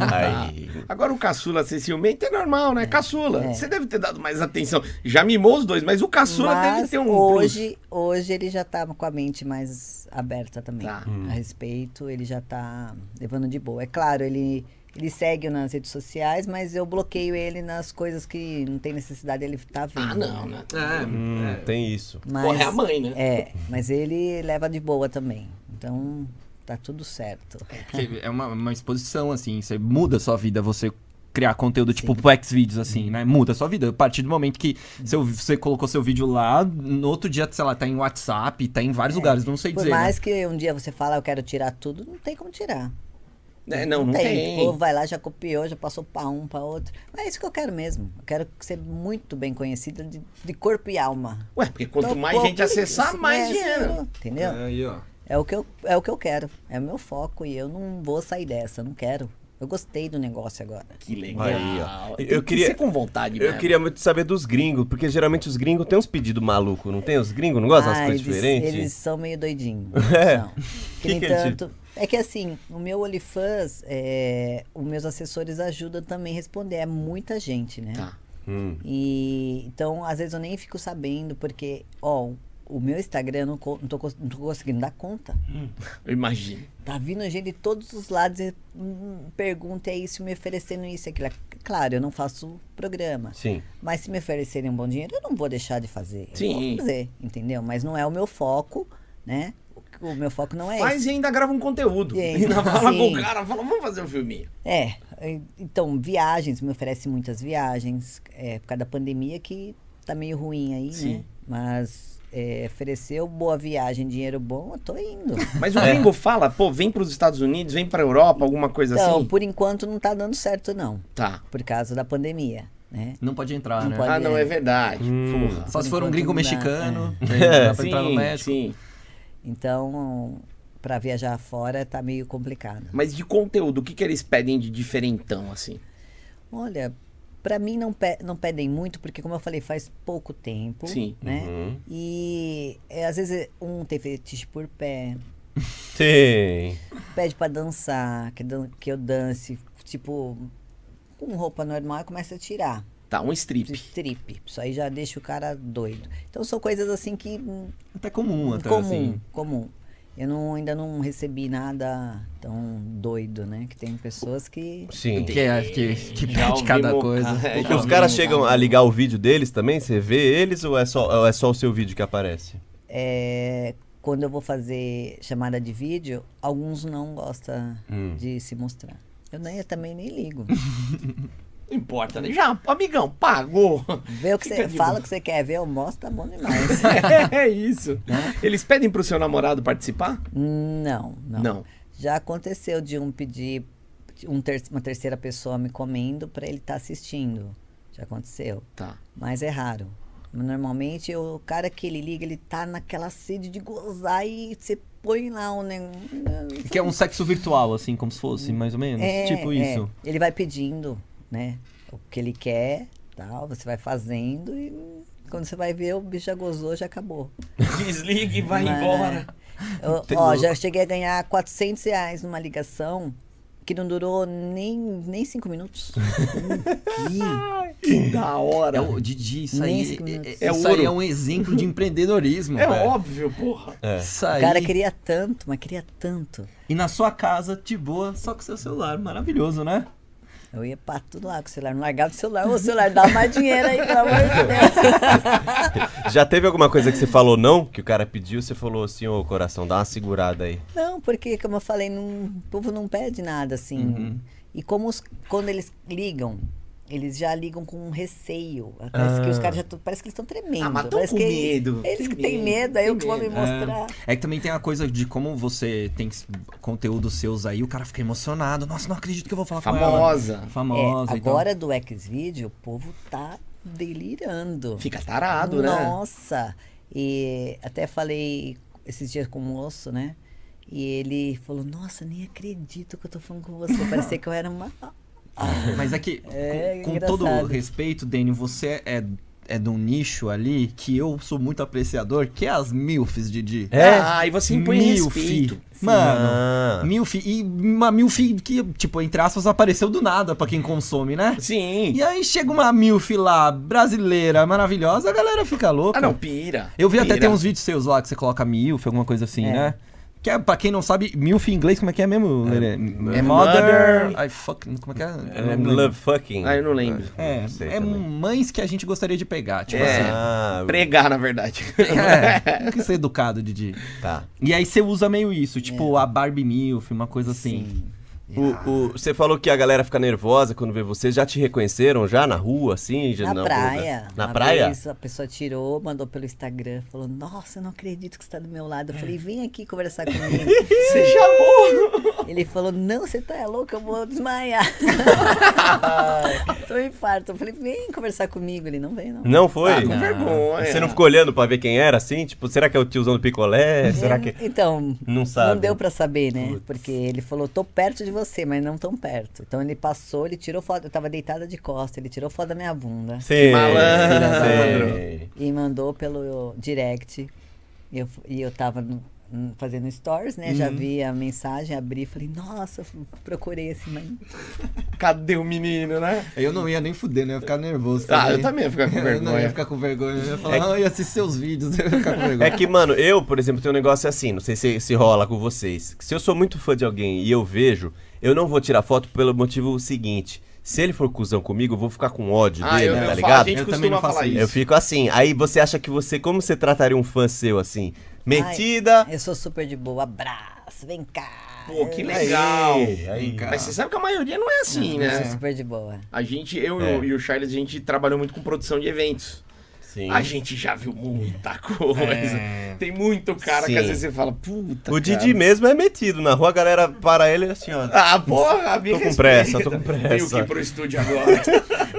E: Aí.
A: Ah. Agora o caçula ser ciumento é normal, né? Caçula.
D: É.
A: Você deve ter dado mais atenção. Já mimou os dois, mas o caçula deve
D: Mas
A: ter um.
D: hoje, hoje ele já tá com a mente mais aberta também
A: Tá.
D: a respeito, ele já tá levando de boa. É claro, ele ele segue nas redes sociais, mas eu bloqueio ele nas coisas que não tem necessidade ele tá vendo.
A: Ah, não, né?
E: Hum, tem isso.
D: Mas,
A: Porra, é a mãe, né?
D: É, mas ele leva de boa também. Então, tá tudo certo.
C: Porque É uma, uma exposição, assim, você muda a sua vida, você criar conteúdo tipo pro Xvideos,
D: Uhum.
C: assim, né? Muda a sua vida. A partir do momento que seu, você colocou seu vídeo lá, no outro dia, sei lá, tá em WhatsApp, tá em vários lugares, não sei
D: É. Por
C: dizer. né?
D: mais que um dia você fala, eu quero tirar tudo, não tem como tirar.
A: É, não, não tem.
D: O povo vai lá, já copiou, já passou pra um, pra outro. Mas é isso que eu quero mesmo. Eu quero ser muito bem conhecida de, de corpo e alma.
A: Ué, porque quanto
D: Então,
A: mais
D: pô,
A: gente acessar,
D: isso,
A: mais
D: né,
A: dinheiro.
D: Entendeu?
C: Aí, ó.
D: É o, que eu, é o que eu quero. É o meu foco. E eu não vou sair dessa. Eu não quero. Eu gostei do negócio agora.
A: Que legal.
E: Aí, ó.
A: Tem
E: Eu
A: que
E: queria-
A: ser com vontade
E: Eu
A: mesmo.
E: queria muito saber dos gringos, porque geralmente os gringos têm uns pedidos malucos, não tem? Os gringos não gostam das
D: Ah,
E: coisas
D: eles-
E: diferentes?
D: Eles são meio doidinhos.
E: É.
D: São.
E: Que
D: Que nem
E: que eles te-
D: tanto. É que assim, o meu OnlyFans, é, os meus assessores ajudam também a responder. É muita gente, né?
A: Tá.
E: Hum.
D: E então, às vezes eu nem fico sabendo, porque, ó, o meu Instagram eu não, co- não, tô, cons- não tô conseguindo dar conta.
A: Eu imagino.
D: Tá vindo gente de todos os lados e hum, pergunta é isso, me oferecendo isso, aquilo. Claro, eu não faço programa.
E: Sim.
D: Mas se me oferecerem um bom dinheiro, eu não vou deixar de fazer. Eu
A: Sim.
D: vou fazer, entendeu? Mas não é o meu foco, né? O- O meu foco não é
A: Faz e ainda grava um conteúdo.
D: Sim.
A: E ainda fala com o
D: Sim.
A: cara, fala, vamos fazer um filminho.
D: É, e- então, viagens, me oferece muitas viagens, é, por causa da pandemia que tá meio ruim aí,
A: Sim.
D: né? Mas é, ofereceu boa viagem, dinheiro bom, eu tô indo.
A: Mas o gringo fala, pô, vem pros Estados Unidos, vem pra Europa, alguma coisa
D: Então,
A: assim.
D: por enquanto não tá dando certo, não,
A: Tá.
D: por causa da pandemia, né?
C: Não pode entrar,
D: Não
C: né?
D: pode.
A: Ah, não, é verdade. Porra.
C: Só se for um
D: Enquanto
C: gringo
D: não dá,
C: mexicano, é. dá pra entrar no
A: Sim,
C: México.
A: Sim.
D: Então, pra viajar fora tá meio complicado.
A: Mas de conteúdo, o que, que eles pedem de diferentão, assim?
D: Olha, pra mim não, pe- não pedem muito, porque como eu falei, faz pouco tempo,
A: Sim.
D: né?
E: Uhum.
D: E é, às vezes um tem fetiche por pé,
E: Tem.
D: pede pra dançar, que, dan- que eu dance, tipo, com roupa normal, começa a tirar.
A: Tá, um strip.
D: Strip. Isso aí já deixa o cara doido. Então são coisas assim que. hum,
C: Até comum, até
D: comum,
C: assim.
D: comum. Eu não, ainda não recebi nada tão doido, né? Que tem pessoas que.
E: Sim.
C: Que, é- que, que
A: Já
C: pede cada
A: ouvimos-
C: coisa.
A: É,
E: Porque
A: já
E: os
A: ouvimos-
E: caras chegam a ligar o vídeo deles também, você vê eles ou é só, ou é só o seu vídeo que aparece?
D: é, quando eu vou fazer chamada de vídeo, alguns não gostam de se mostrar. Eu, nem, eu também nem ligo.
A: Não importa, né? Já, amigão, pagou.
D: Vê o que
A: Fica
D: você
A: de
D: fala
A: boa.
D: o que você quer ver, eu mostro, tá bom demais.
A: é isso. Eles pedem pro seu namorado participar?
D: não, não,
A: Não.
D: Já aconteceu de um pedir um ter- uma terceira pessoa me comendo pra ele estar assistindo. Já aconteceu.
A: Tá.
D: Mas é raro. Normalmente o cara que ele liga, ele tá naquela sede de gozar e você põe lá um negócio.
C: Que é um sexo virtual, assim, como se fosse, mais ou menos. tipo isso.
D: Uhum. é. Ele vai pedindo, né? O que ele quer, tal, você vai fazendo e quando você vai ver, o bicho já gozou, já acabou.
A: Desliga e vai
D: Mas,
A: embora.
D: Ó,
C: Tem
D: ó,
C: louco.
D: já cheguei a ganhar 400 reais numa ligação que não durou nem, nem cinco minutos.
A: Que da hora.
C: É o Didi, isso
D: Nem
C: aí
D: cinco minutos.
C: é, é-
A: É
C: isso aí é
A: ouro.
C: um exemplo de empreendedorismo.
A: É
C: velho. É
A: óbvio, porra.
E: É.
C: Isso
D: O
C: aí.
D: cara queria tanto, mas queria tanto.
C: E na sua casa, de boa, só com seu celular. Maravilhoso, né?
D: Eu ia pra tudo lá com o celular, não largava o celular. Ô, celular, dá mais dinheiro aí, pelo amor de Deus.
E: Já teve alguma coisa que você falou não, que o cara pediu, você falou assim, ô coração, dá uma segurada aí.
D: Não, porque, como eu falei, não- o povo não pede nada, assim. E como os- quando eles ligam, eles já ligam com um receio. Parece que os caras já tão- Parece que eles estão tremendo.
A: Ah, mas tão
D: parece
A: com
D: que
A: medo.
D: Eles
A: Tem
D: que têm
A: medo,
D: medo,
A: tem
D: aí eu que vou me
A: medo.
D: mostrar.
C: É que também tem a coisa de como você tem s- conteúdos seus aí, o cara fica emocionado. Nossa, não acredito que eu vou falar
A: Famosa.
C: com ela.
D: É,
C: Famosa. então. e tal.
D: agora do X-Video, o povo tá delirando.
A: Fica tarado, né?
D: Nossa! E até falei esses dias com o moço, né? E ele falou, nossa, nem acredito que eu tô falando com você. Parecia que eu era uma.
C: Mas é que,
D: É,
C: com, com
D: engraçado.
C: todo o respeito, Dani, você é, é de um nicho ali que eu sou muito apreciador, que é as MILFs, Didi.
E: É?
A: Ah, e você impõe
C: Milf.
A: respeito.
C: Mano.
E: Ah,
C: Milf, e uma Milf que, tipo, entre aspas, apareceu do nada pra quem consome, né?
A: Sim.
C: E aí chega uma Milf lá, brasileira, maravilhosa, a galera fica louca.
A: Ah, não, pira.
C: Eu vi até
A: Pira.
C: tem uns vídeos seus lá que você coloca MILF, alguma coisa assim,
D: É.
C: né? Que é, pra quem não sabe, MILF em inglês, como é que é mesmo? Lelê?
A: é
C: I fuck. Como é que é? Eu
E: I
C: não lembro.
E: love fucking.
A: Ah, eu não lembro.
C: É,
E: Não sei
C: é
E: também.
C: mães que a gente gostaria de pegar, tipo
A: É.
C: assim.
E: Ah,
A: Pregar, na verdade.
C: É, tem que ser educado, Didi.
E: tá.
C: E aí você usa meio isso, tipo
A: É.
C: a Barbie Milf, uma coisa assim.
E: O- o- você falou que a galera fica nervosa quando vê você. Já te reconheceram já na rua, assim? Já
D: Na praia.
E: Na
D: Uma
E: praia?
D: vez a pessoa tirou, mandou pelo Instagram, falou, nossa, eu não acredito que você tá do meu lado. Eu
E: É.
D: falei, vem aqui conversar comigo.
A: Você chamou.
D: Ele falou, não, você tá louca, eu vou desmaiar. Tô em infarto. Eu falei, vem conversar comigo. Ele não vem, não.
E: Não foi?
A: Ah, com vergonha.
E: Você não ficou olhando pra ver quem era, assim? Tipo, será que é o tiozão do picolé? Será
D: Eu-
E: que...
D: Então,
E: Não sabe.
D: não deu pra saber, né?
E: Putz.
D: Porque ele falou, tô perto de você, mas não tão perto. Então ele passou, ele tirou foto, eu tava deitada de costa, ele tirou foto da minha bunda
E: Sim,
A: Malandro.
E: sim.
D: e mandou pelo direct. E eu, e eu tava no- no- fazendo stories, né?
A: Uhum.
D: Já vi a mensagem, abri, falei, nossa, eu procurei assim, mas...
A: Cadê o menino, né?
C: Eu não ia nem fuder, né? Eu ia ficar nervoso.
A: Ah, eu também ia ficar com
C: Eu não ia
A: vergonha. É
C: ficar com vergonha. Eu ia falar, não, eu ia assistir seus vídeos, eu ia ficar com vergonha.
E: É que, mano, eu, por exemplo, tenho um negócio assim, não sei se, se rola com vocês. Se eu sou muito fã de alguém e eu vejo, eu não vou tirar foto pelo motivo seguinte. Se ele for cuzão comigo, eu vou ficar com ódio
A: Ah, eu, eu
E: dele, tá
A: falo, a
E: ligado?
A: gente
C: Eu também
A: costuma
C: não faço
A: falar
C: isso.
A: isso.
E: Eu fico assim. Aí você acha que você. Como você trataria um fã seu assim? Metida.
D: Eu sou super de boa, abraço, vem cá.
A: Pô, que
D: Eu-
A: é legal.
E: Aí, aí.
C: cara.
A: Mas você sabe que a maioria não é assim,
D: Eu sou
A: né?
D: super de boa.
A: A gente, eu
E: É.
A: e o Charles, a gente trabalhou muito com produção de eventos.
E: Sim.
A: A gente já viu muita coisa.
C: É.
A: Tem muito cara
E: Sim.
A: que às vezes você fala, puta.
E: O
A: cara.
E: Didi mesmo é metido. Na rua a galera para ele assim, ó.
A: Ah, porra, me
E: Tô com
A: respeita.
E: pressa, tô com
A: Tenho que
E: pressa.
A: ir pro estúdio agora.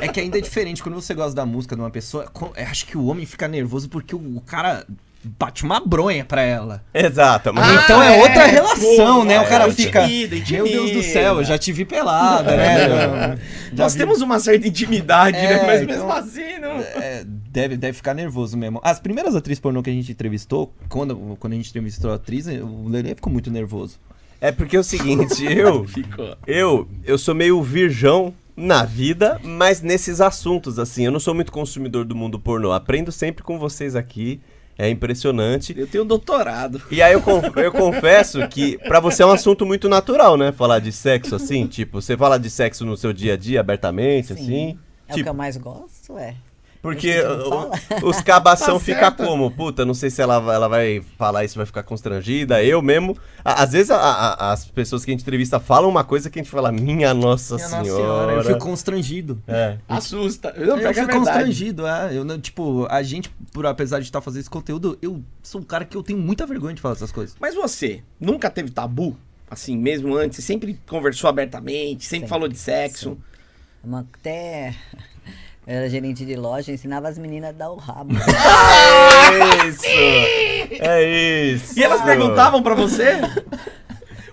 C: É que ainda é diferente quando você gosta da música de uma pessoa. co- eu Acho que o homem fica nervoso porque o, o cara bate uma bronha pra ela.
E: Exato, mas.
C: então é,
A: é,
C: outra relação,
A: pô,
C: né? O
A: é,
C: cara
A: intimida,
C: fica. Meu
A: intimida."
C: Deus do céu, eu já te vi pelada, né? Já
A: Nós
C: vi-
A: temos uma certa intimidade, né?
C: É,
A: Mas
C: então-
A: mesmo assim, não.
C: É, deve, deve ficar nervoso mesmo. As primeiras atrizes pornô que a gente entrevistou, quando, quando a gente entrevistou a atriz, o Lelê ficou muito nervoso.
E: É porque é o seguinte, eu.
A: Ficou.
E: Eu, eu sou meio virgão na vida, mas nesses assuntos, assim, eu não sou muito consumidor do mundo pornô. Aprendo sempre com vocês aqui. É impressionante.
A: Eu tenho um doutorado.
E: E aí eu, conf- eu confesso que pra você é um assunto muito natural, né? Falar de sexo assim, tipo, você fala de sexo no seu dia a dia abertamente,
D: Sim.
E: assim.
D: É o
E: tipo,
D: que eu mais gosto, é.
E: porque
D: eu não falo.
E: o- os cabação
A: Tá
E: fica
A: certo.
E: como? Puta, não sei se ela, vai- ela vai falar isso, vai ficar constrangida. Eu mesmo. a- Às vezes a- a- as pessoas que a gente entrevista falam uma coisa que a gente fala, minha Nossa
C: Minha
E: Senhora.
C: Nossa Senhora, eu fico constrangido.
E: É.
A: Assusta. Eu, não,
C: eu
A: pior que é
C: fico
A: verdade.
C: constrangido, é. Eu, não- tipo, a gente, por, apesar de estar fazendo esse conteúdo, eu sou um cara que eu tenho muita vergonha de falar essas coisas.
A: Mas você nunca teve tabu? Assim, mesmo antes? Você sempre conversou abertamente? Sempre
D: Sempre,
A: falou de sexo?
D: Uma- Até eu era gerente de loja, eu ensinava as meninas a dar o rabo.
E: É isso! É isso!
A: E elas perguntavam pra você?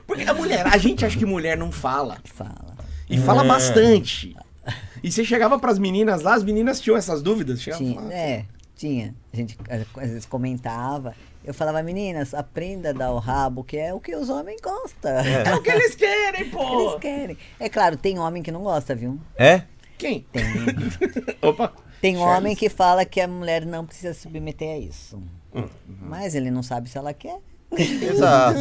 A: Porque a mulher, a gente acha que mulher não fala.
D: Fala.
A: E fala
E: É.
A: bastante. E você chegava pras meninas lá, as meninas tinham essas dúvidas? Chegava e
D: Tinha,
A: falava,
D: é, tinha. A gente às vezes comentava. Eu falava, meninas, aprenda a dar o rabo, que é o que os homens gostam.
A: É o que eles querem, pô!
D: Eles querem. É claro, tem homem que não gosta, viu?
E: É?
A: Quem?
D: Tem.
A: Opa!
D: Tem homem que fala que a mulher não precisa se submeter a isso.
E: Hum.
D: Mas ele não sabe se ela quer.
E: Exato.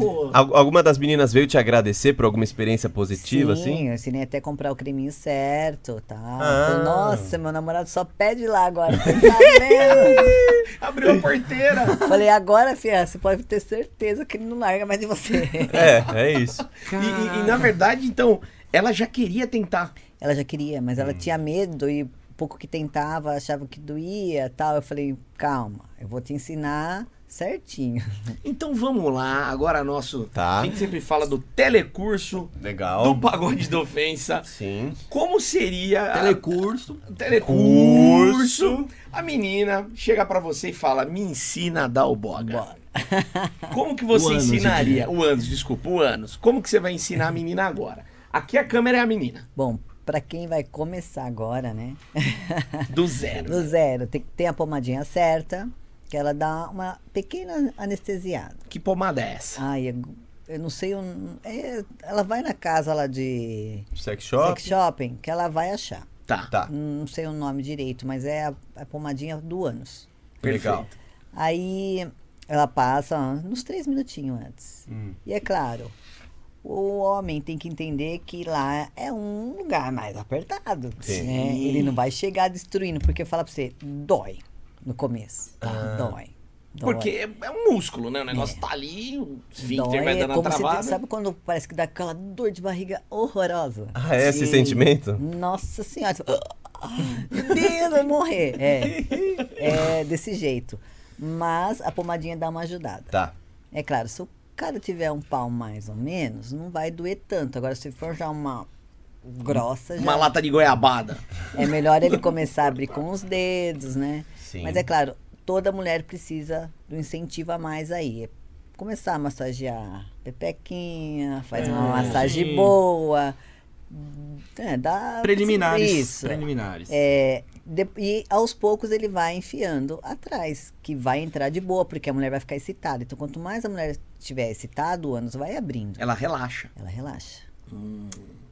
A: Pô.
E: Al- alguma das meninas veio te agradecer por alguma experiência positiva,
D: Sim,
E: assim?
D: eu ensinei até a comprar o creminho certo, tá?
E: Ah.
D: Falei, Nossa, meu namorado só pede lá agora. Você tá vendo?
A: Abriu a porteira!
D: Falei, agora, fia, você pode ter certeza que ele não larga mais de você.
E: É, é isso.
A: E- E, e, na verdade, então, ela já queria tentar.
D: Ela já queria, mas
E: Hum.
D: ela tinha medo e pouco que tentava, achava que doía tal. Eu falei, calma, eu vou te ensinar certinho.
A: Então vamos lá, agora nosso.
E: Tá.
A: A gente sempre fala do telecurso
E: Legal.
A: do pagode da ofensa.
E: Sim.
A: Como seria a-
C: Telecurso.
A: telecurso? A menina chega pra você e fala: "Me ensina a dar o boga".
D: Bora.
A: Como que você
C: O ânus,
A: ensinaria? O anos, desculpa, o anos. Como que você vai ensinar a menina agora? Aqui a câmera é a menina,
D: Bom, pra quem vai começar agora, né?
A: do zero.
D: Do zero, tem que ter a pomadinha certa, que ela dá uma pequena anestesiada.
A: Que pomada é essa?
D: Ai, eu, eu não sei. eu- é, ela vai na casa lá de
E: Sex shop.
D: sex shopping, que ela vai achar.
A: Tá.
E: Tá.
D: Não sei o nome direito, mas é a, a pomadinha do ânus.
E: Legal.
D: Aí ela passa uns três minutinhos antes.
E: Hum.
D: E é claro, o homem tem que entender que lá é um lugar mais apertado.
E: Sim.
D: né? Ele não vai chegar destruindo, porque eu falo pra você, dói no começo. Tá?
E: Ah.
D: Dói. dói. É.
A: Porque é, é um músculo, né? O negócio tá ali, o esfíncter
D: Dói,
A: vai
D: é
A: dando a
D: como se
A: travada.
D: sabe quando parece que dá aquela dor de barriga horrorosa?
E: Ah, é esse
A: Sim.
E: sentimento?
D: Nossa senhora, você fala, "Ah, meu Deus, vai morrer. É, é desse jeito. Mas a pomadinha dá uma ajudada.
E: Tá.
D: É claro, se o cara tiver um pau mais ou menos, não vai doer tanto. Agora, se for já uma grossa, já
A: Uma lata de goiabada.
D: é melhor ele começar a abrir com os dedos, né?
E: Sim.
D: Mas é claro, toda mulher precisa do incentivo a mais aí. É Começar a massagear pepequinha, faz uma massagem
C: sim.
D: boa. É, dá
C: Preliminares.
D: Isso.
C: Preliminares.
D: É, de- e aos poucos ele vai enfiando atrás, que vai entrar de boa, porque a mulher vai ficar excitada. Então, quanto mais a mulher estiver excitada, o ânus vai abrindo.
A: Ela relaxa.
D: Ela relaxa.
C: O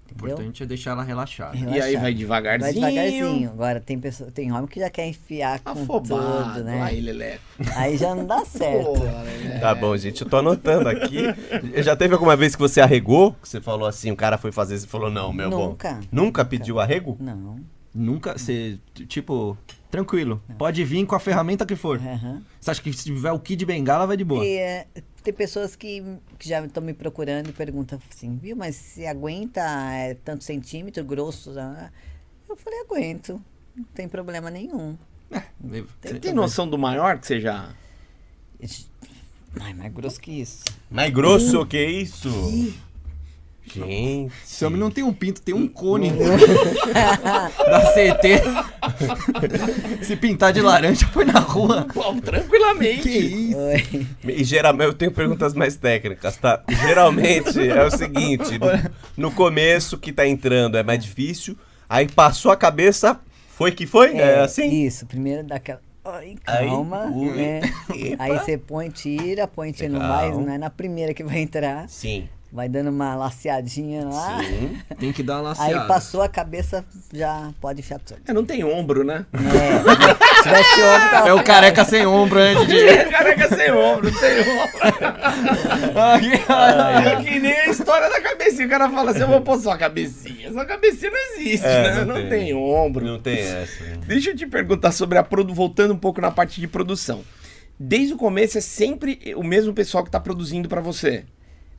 D: Entendeu?
C: importante é deixar ela relaxada.
A: E aí
D: Relaxar.
A: vai devagarzinho.
D: Vai devagarzinho. Agora tem pessoa, tem homem que já quer enfiar com
A: Afobado.
D: tudo, né? É,
A: Aí, Leleco.
D: Aí já não dá certo.
A: Porra, Leleco.
E: Tá bom, gente, eu tô anotando aqui. Já teve alguma vez que você arregou? Que você falou assim, o cara foi fazer, você falou, não, meu bom.
D: Nunca.
E: Nunca pediu arrego?
D: Não.
C: Nunca ser, tipo, tranquilo. Pode vir com a ferramenta que for.
D: Aham.
C: Você acha que se tiver o Kid Bengala, vai de boa.
D: E, é, tem pessoas que, que já estão me procurando e perguntam assim, viu, mas você aguenta é, tanto centímetro grosso? né? Eu falei, aguento. Não tem problema nenhum.
A: Você tem noção do maior que você já.
D: Ixi, Ai, mais grosso que isso.
E: Mais grosso que isso? Gente.
C: Esse homem não tem um pinto, tem um cone. da CT. se pintar de laranja, foi na rua.
A: Pô, tranquilamente.
C: Que isso?
D: Oi.
E: E geralmente eu tenho perguntas mais técnicas, tá? Geralmente é o seguinte, no, no começo que tá entrando é mais difícil, aí passou a cabeça, foi que foi? É, assim?
D: Isso, primeiro dá aquela. Ai,
E: Aí,
D: calma.
E: ui.
D: né?
E: Epa.
D: Aí você põe, tira, põe, tira, não
E: Legal.
D: vai, não é na primeira que vai entrar.
E: Sim.
D: Vai dando uma laceadinha lá.
E: Sim.
C: Tem que dar uma
D: Aí
C: laceada.
D: passou a cabeça, já pode enfiar tudo.
A: É, não tem ombro, né?
D: É, tivesse homem, tava
C: É o careca sem ombro, né, Didi?
A: Careca sem ombro, sem ombro. É que nem a história da cabecinha. O cara fala assim: eu vou pôr só a cabecinha. Só a cabecinha não existe,
E: É,
A: né?
E: não
A: Não,
E: tem.
A: tem. ombro.
E: Não tem essa. né?
A: Deixa eu te perguntar sobre a produção, voltando um pouco na parte de produção. Desde o começo é sempre o mesmo pessoal que tá produzindo pra você.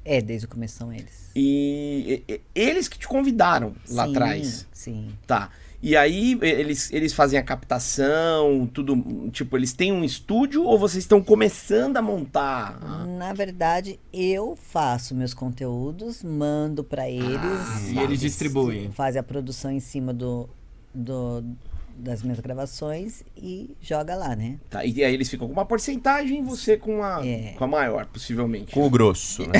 D: É, desde o começo são eles.
A: E, e- e- eles que te convidaram lá
D: Sim,
A: atrás.
D: Sim.
A: Tá. E aí e- eles, eles fazem a captação, tudo. Tipo, eles têm um estúdio ou vocês estão começando a montar?
D: Na verdade, eu faço meus conteúdos, mando pra eles.
F: e eles distribuem.
D: Fazem a produção em cima do, do- das minhas gravações e joga lá, né?
A: Tá, e aí eles ficam com uma porcentagem e você com a,
D: É.
A: com a maior, possivelmente.
E: Com o grosso, né?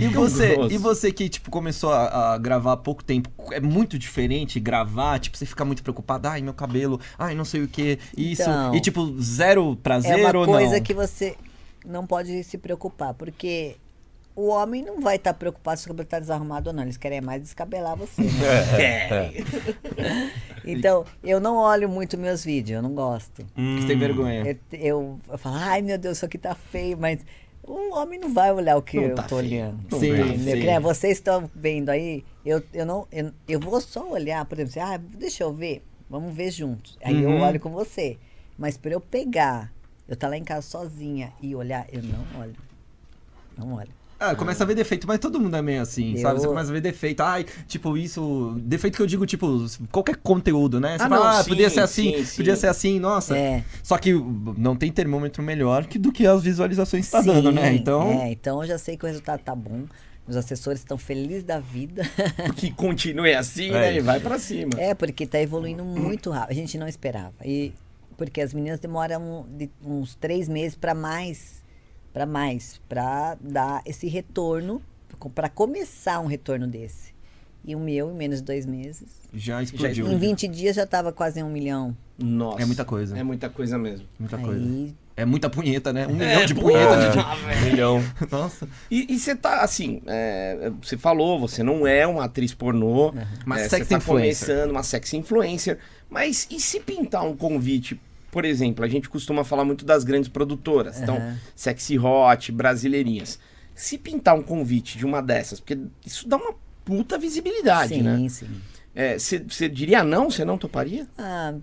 C: E você,
A: grosso.
C: e você que, tipo, começou a, a gravar há pouco tempo, é muito diferente gravar, tipo, você fica muito preocupado, ai, meu cabelo, ai, não sei o que, isso,
D: Então,
C: e tipo, zero prazer
D: é uma
C: ou
D: coisa
C: não?
D: que você não pode se preocupar, porque o homem não vai estar preocupado se o cabelo tá desarrumado ou não. Eles querem é mais descabelar você. né?
A: É.
D: Então, eu não olho muito meus vídeos, eu não gosto.
C: Que você tem vergonha.
D: Eu, eu, eu falo, ai meu Deus, isso aqui tá feio, mas o homem não vai olhar o que
A: Não
D: eu
A: tá
D: tô
A: feio.
D: olhando.
C: Não Sim, tá
D: Entendeu?
C: feio.
D: Que nem Vocês estão vendo aí, eu, eu não. Eu, eu vou só olhar, por exemplo, assim, ah, deixa eu ver, vamos ver juntos. Aí
C: Uhum.
D: eu olho com você. Mas pra eu pegar, eu tá lá em casa sozinha e olhar, eu não olho. Não olho.
C: Ah, começa a ver defeito, mas todo mundo é meio assim,
D: Eu-
C: sabe? Você começa a ver defeito, ai, tipo, isso. Defeito que eu digo, tipo, qualquer conteúdo, né? Você
A: Ah,
C: fala,
A: não,
C: ah,
A: sim,
C: podia ser assim,
A: sim, sim.
C: podia ser assim, nossa.
D: É.
C: Só que não tem termômetro melhor que do que as visualizações que tá dando, né?
D: Sim,
C: Então.
D: É, então eu já sei que o resultado tá bom. Os assessores estão felizes da vida.
A: Que continue assim,
E: É
A: né? E
E: isso.
A: vai pra cima.
D: É, porque tá evoluindo muito rápido. A gente não esperava. E porque as meninas demoram de- uns três meses para mais, para mais, para dar esse retorno, para começar um retorno desse. E o meu, em menos de dois meses.
C: Já explodiu.
D: Em 20 dias já tava quase em um milhão.
A: Nossa.
C: É muita coisa.
A: É muita coisa mesmo.
C: Muita
D: Aí,
C: coisa. É muita punheta, né? Um milhão de
A: punheta,
C: punheta. Um
A: gente.
C: gente.
A: Ah, velho.
E: Milhão.
C: Nossa.
A: E e você tá, assim, é, você falou, você não é uma atriz
D: Uhum.
A: pornô.
C: Uma
A: é,
C: sex
A: Você tá
C: influencer.
A: começando, uma sex influencer. Mas e se pintar um convite? Por exemplo, a gente costuma falar muito das grandes produtoras.
D: Uhum.
A: Então, Sexy Hot, Brasileirinhas. Se pintar um convite de uma dessas, porque isso dá uma puta visibilidade,
D: sim,
A: né?
D: sim.
A: Você diria não? Você não toparia?
D: Ah,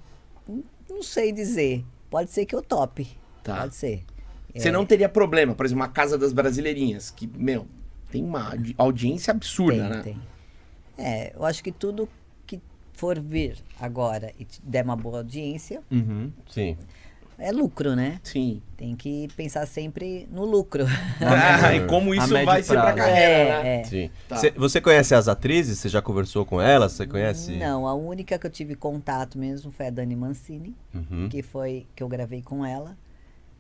D: n- não sei dizer. Pode ser que eu tope.
A: Tá.
D: Pode ser. é.
A: Você não teria problema, por exemplo, uma Casa das Brasileirinhas, que, meu, tem uma audi- audiência absurda,
D: Tem,
A: né?
D: tem. É, eu acho que tudo que for vir agora e te der uma boa audiência,
C: Uhum.
E: Sim.
D: É lucro, né?
A: Sim.
D: Tem que pensar sempre no lucro.
A: Ah, e como
C: A
A: isso
C: médio
A: vai ser pra
C: prazo.
A: carreira, né?
D: É, é.
E: Sim.
A: Tá.
E: Cê- você conhece as atrizes? Você já conversou com elas? Você conhece?
D: Não, a única que eu tive contato mesmo foi a Dani Mancini,
E: Uhum.
D: que foi que eu gravei com ela.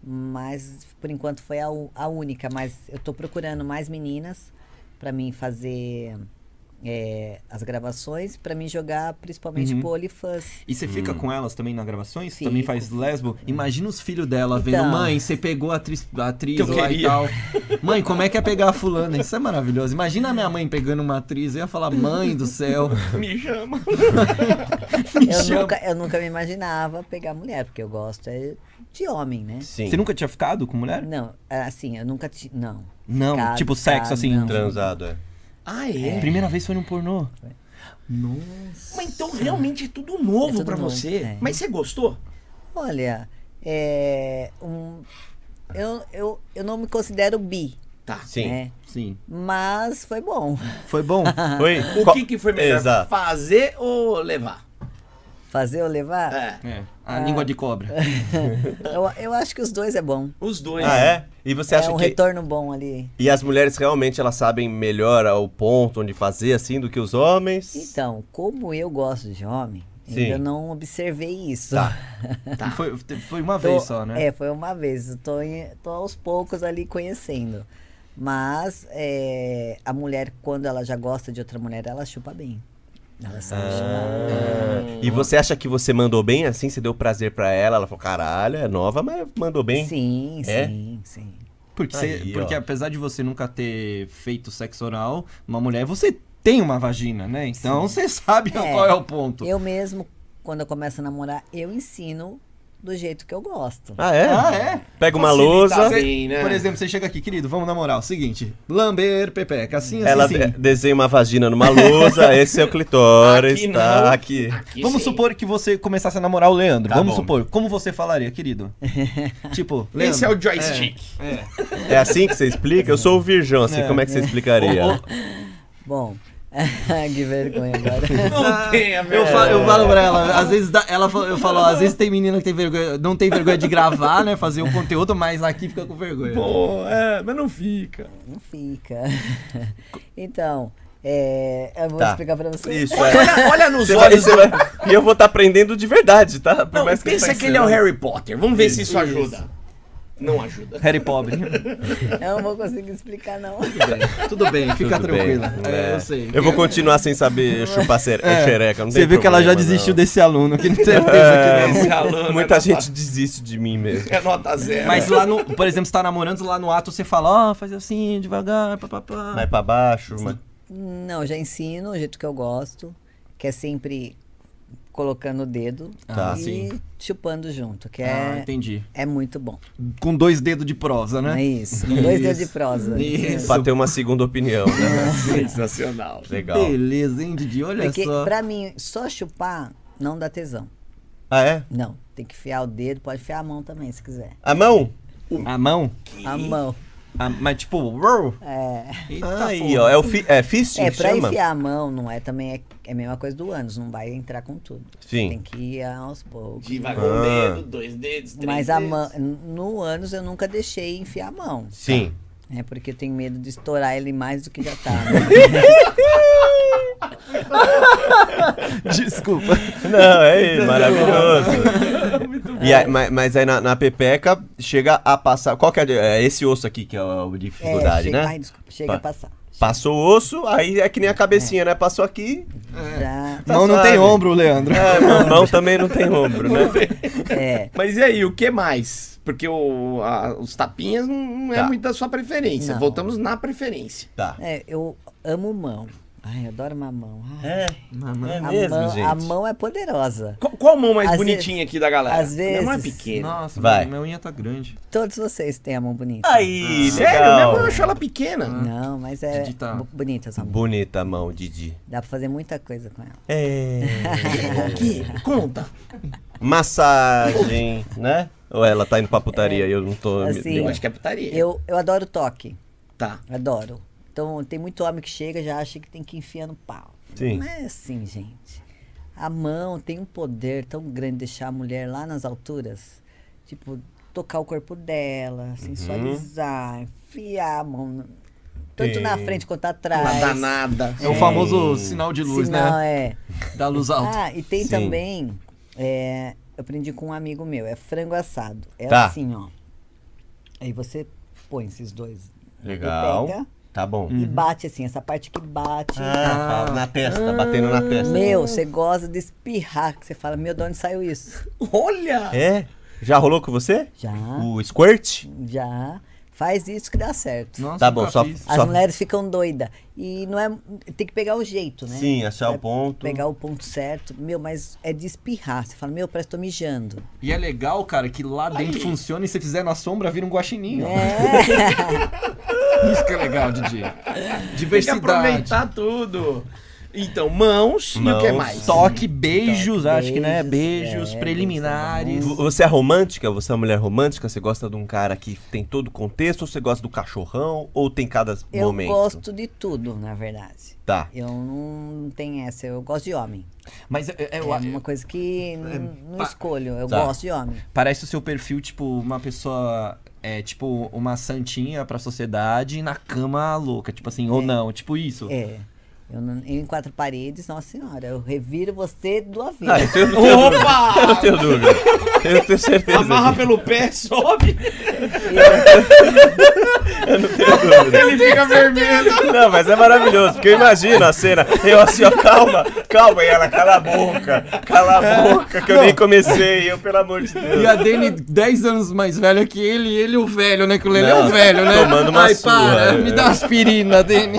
D: Mas por enquanto foi a, u- a única, mas eu tô procurando mais meninas pra mim fazer é, as gravações, pra mim jogar principalmente pro OnlyFans.
C: E você fica com elas também nas gravações?
D: Fico.
C: Também faz lesbo? Imagina os filhos dela vendo,
D: Então.
C: mãe, você pegou a atriz, a atriz
A: Que eu
C: lá e
A: queria."
C: tal. Mãe, como é que é pegar a fulana? Isso é maravilhoso. Imagina a minha mãe pegando uma atriz, eu ia falar, mãe do céu.
A: Me chama.
D: Eu nunca, eu nunca me imaginava pegar mulher, porque eu gosto é de homem, né?
E: Sim.
C: Você nunca tinha ficado com mulher?
D: Não, assim, eu nunca tive. Não.
C: Não,
D: Ficado,
C: tipo sexo
D: ficado,
C: assim.
D: não.
E: Transado, é.
A: Ah, é?
C: Primeira vez foi num pornô.
A: Mas então realmente é tudo novo
D: É tudo
A: pra
D: novo,
A: você.
D: é.
A: Mas você gostou?
D: Olha, é. Um, eu, eu, eu não me considero bi,
A: Tá.
E: Sim.
D: né?
C: Sim.
D: Mas foi bom
C: Foi bom?
E: Foi?
A: O
E: Qual-
A: que, que foi melhor?
E: Exato.
A: Fazer ou levar?
D: fazer ou levar.
A: É.
C: É. A língua de cobra.
D: Eu, eu acho que os dois é bom.
A: Os dois.
E: Ah, é? E você
D: É
E: acha
D: um
E: que.
D: retorno bom ali.
E: E as mulheres realmente elas sabem melhor o ponto onde fazer assim do que os homens?
D: Então, como eu gosto de homem,
E: Sim.
D: ainda não observei isso.
A: Tá.
C: Foi, foi uma
D: Tô-
C: vez só, né?
D: É, foi uma vez. Eu Tô, em- tô aos poucos ali conhecendo. Mas é, a mulher, quando ela já gosta de outra mulher, ela chupa bem. Ela sabe chupar.
E: Ah, e você acha que você mandou bem assim? Você deu prazer pra ela? Ela falou, caralho, é nova, mas mandou bem.
D: Sim,
E: É?
D: sim, sim.
C: Porque, você-
E: Aí,
C: porque
E: ó.
C: apesar de você nunca ter feito sexo oral, uma mulher, você tem uma vagina, né? Então você sabe
D: É.
C: qual é o ponto.
D: Eu mesmo, quando eu começo a namorar, eu ensino do jeito que eu gosto.
E: Ah, é?
C: Ah, é?
E: Pega uma
A: Facilita
E: lousa,
A: bem. Sim, né?
C: Por exemplo, você chega aqui, querido, vamos na moral. Seguinte, lamber pepeca, assim, assim,
E: ela
C: assim.
E: de- desenha uma vagina numa lousa, esse é o clitóris,
A: Aqui
E: tá
A: não.
E: aqui.
A: Aqui
C: Vamos
A: sim.
C: supor que você começasse a namorar o Leandro.
E: Tá
C: Vamos
E: bom.
C: supor. Como você falaria, querido? tipo, Leandro.
A: Esse é o joystick.
E: É assim que você explica? Eu sou o virgão, assim,
C: É.
E: como é que você explicaria?
D: Bom, que vergonha agora.
A: Não tem a
C: é. Ah, Eu,
A: ver.
C: fa- eu falo pra ela, às vezes dá- ela, fa- eu falo, às vezes tem menina que tem vergonha, não tem vergonha de gravar, né? Fazer o conteúdo, mas aqui fica com vergonha.
A: Pô, é, mas não fica.
D: Não fica. Então, é, eu vou
E: Tá.
D: explicar pra você.
E: Isso, é.
A: Olha, olha nos
E: Você vai-
A: olhos.
E: você vai- E eu vou estar aprendendo de verdade, tá? Por
A: Não,
E: mais
A: pensa que,
E: pareça.
A: ele é o Harry Potter. Vamos ver se isso ajuda. Não ajuda.
C: Harry Pobre.
D: Eu não vou conseguir explicar, não.
C: Tudo bem, fica
E: Tudo bem.
C: tranquila.
E: É.
C: Eu sei.
E: Eu vou continuar sem saber chupar cere-
C: É.
E: xereca, não
C: Você
E: tem
C: viu que ela já
E: problema,
C: desistiu
E: não. É.
C: desse aluno, que não tem certeza que não.
A: Esse aluno
E: Muita
A: é
E: gente desiste de mim mesmo.
A: Nota, é nota zero.
C: Mas lá no, por exemplo, você tá namorando, lá no ato você fala, ó, faz assim, devagar, papapá.
E: Vai pra baixo, mas...
D: Não, já ensino o jeito que eu gosto, que é sempre colocando o dedo
E: Tá.
D: e
C: sim.
D: chupando junto, que
C: Ah,
D: é,
C: entendi.
D: é muito bom.
C: Com dois dedos de prosa,
D: É
C: né?
D: isso. Dois dedos de
C: Isso.
D: prosa.
C: Isso.
E: pra ter uma segunda opinião, né?
A: Sensacional.
E: Legal.
C: Beleza, hein, Didi? Olha
D: Porque
C: só.
D: pra mim, só chupar não dá tesão.
E: Ah, é?
D: Não, tem que enfiar o dedo, pode enfiar a mão também, se quiser.
E: A mão?
C: A mão?
D: A mão.
C: A- mas tipo, uau.
D: É,
C: Eita,
E: Aí,
C: porra.
E: ó. É, o fi... é fisting
D: é
E: que
D: pra
E: chama?
D: enfiar a mão, não é também, é, é a mesma coisa do ânus, não vai entrar com tudo.
E: Sim.
D: Tem que ir aos poucos.
A: Devagar
E: Ah.
A: um dedo, dois dedos, três
D: Mas a
A: dedos.
D: mão, no ânus eu nunca deixei enfiar a mão.
E: Sim.
D: É porque eu tenho medo de estourar ele mais do que já tá. né?
C: Desculpa.
E: Não, é isso, maravilhoso. E aí, mas, mas aí na, na pepeca chega a passar. Qual que é, é esse osso aqui que é o de
D: É,
E: dificuldade,
D: chega,
E: né?
D: Ai, desculpa, chega
E: Pa-
D: a passar.
E: Passou o osso, aí é que nem a cabecinha, né? Passou aqui.
D: Já-
E: Tá
C: mão não
E: suave.
C: tem ombro, Leandro.
E: É, mão, mão também não tem ombro, né?
D: é,
A: Mas e aí, o que mais? Porque o- a- os tapinhas não, não é
E: Tá.
A: muito da sua preferência.
D: Não.
A: Voltamos na preferência.
E: Tá.
D: é, eu amo mão. Ai, eu adoro mamão. Ai,
E: É, é
D: a,
E: mesmo,
D: mão, a
E: gente.
D: mão é poderosa.
A: Qual, qual a mão mais
D: Às
A: bonitinha aqui da galera?
D: às
A: Minha mão é
D: vezes-
A: pequena.
C: Nossa,
E: Vai.
C: minha unha tá grande.
D: Todos vocês têm a mão bonita.
E: Aí,
A: Sério, minha
E: legal.
A: mão eu acho ela pequena.
D: Não, mas é
C: Didi tá-
D: bo- bonita essa mão.
E: Bonita a mão, Didi.
D: Dá pra fazer muita coisa com ela.
E: É.
A: Que? Conta.
E: Massagem, né? Ou ela tá indo pra putaria e eu não tô.
D: Assim,
A: Eu acho que é putaria.
D: Eu, eu adoro toque.
A: Tá.
D: Adoro. Então tem muito homem que chega e já acha que tem que enfiar no pau.
E: Sim.
D: Não é assim, gente. A mão tem um poder tão grande de deixar a mulher lá nas alturas. Tipo, tocar o corpo dela, sensualizar, enfiar a mão. no- Tanto na
E: Sim.
D: frente quanto
A: Não
D: atrás.
A: dá nada.
C: É o famoso sinal de luz,
D: Sinal,
C: né?
D: é.
C: Da luz alta.
D: Ah, e tem
E: Sim.
D: também. é, eu aprendi com um amigo meu, é frango assado. É
E: Tá.
D: assim, ó. Aí você põe esses dois.
E: Legal.
D: Pepeca.
E: Tá bom.
D: E bate assim, essa parte que bate.
E: Ah, na testa, batendo na testa.
D: Meu, você goza de espirrar, que você fala, meu, de onde saiu isso?
A: Olha!
E: É? Já rolou com você?
D: Já, Né?
E: O squirt?
D: já. Faz isso que dá certo.
C: Nossa,
E: tá bom,
C: nunca
E: só.
C: fiz.
D: As
E: só-
D: mulheres ficam doidas. E não é. Tem que pegar o jeito, né?
E: Sim, achar
D: Vai
E: o ponto.
D: Pegar o ponto certo. Meu, mas é de espirrar. Você fala, meu, parece que tô mijando.
C: E é legal, cara, que lá dentro funciona e se fizer na sombra, vira um guaxininho.
D: É.
C: Isso que é legal, Didi.
A: Tem que
C: Diversidade.
A: aproveitar tudo. Então, mãos, e o que
E: Mãos.
A: mais?
C: Toque, beijos,
D: Toque,
C: acho que, né?
D: beijos,
C: Beijos
D: é,
C: preliminares.
E: V- Você é romântica? Você é uma mulher romântica? Você gosta de um cara que tem todo o contexto? Ou você gosta do cachorrão? Ou tem cada
D: Eu
E: momento?
D: gosto de tudo, na verdade.
E: Tá.
D: Eu não tenho essa. Eu gosto de homem.
C: Mas é, é,
D: É
C: eu-
D: uma coisa que n- não
C: pa-
D: escolho. Eu
E: Tá.
D: gosto de homem.
C: parece o seu perfil, tipo, uma pessoa. É, tipo, uma santinha pra sociedade e na cama louca. Tipo assim, ou não. Tipo isso.
D: É. Eu não- em quatro paredes, nossa senhora, eu reviro você do avesso.
E: Ah, isso eu não tenho dúvida. Eu não
A: Opa!
E: tenho dúvida. Eu tenho certeza.
A: Amarra
E: disso.
A: pelo pé, sobe,
E: Eu não tenho dúvida.
A: ele fica vermelho.
E: Não, mas é maravilhoso, porque eu imagino a cena, eu assim, ó, calma, calma, e ela, cala a boca, cala a
A: É.
E: boca, que eu nem comecei, eu, pelo amor de Deus.
F: E a Dani, 10 anos mais velha que ele, e ele o velho, né? Que o Lele é
E: Não,
F: o velho, né?
E: tomando uma
F: Ai,
E: surra,
F: para,
E: é.
F: me dá aspirina, Dani.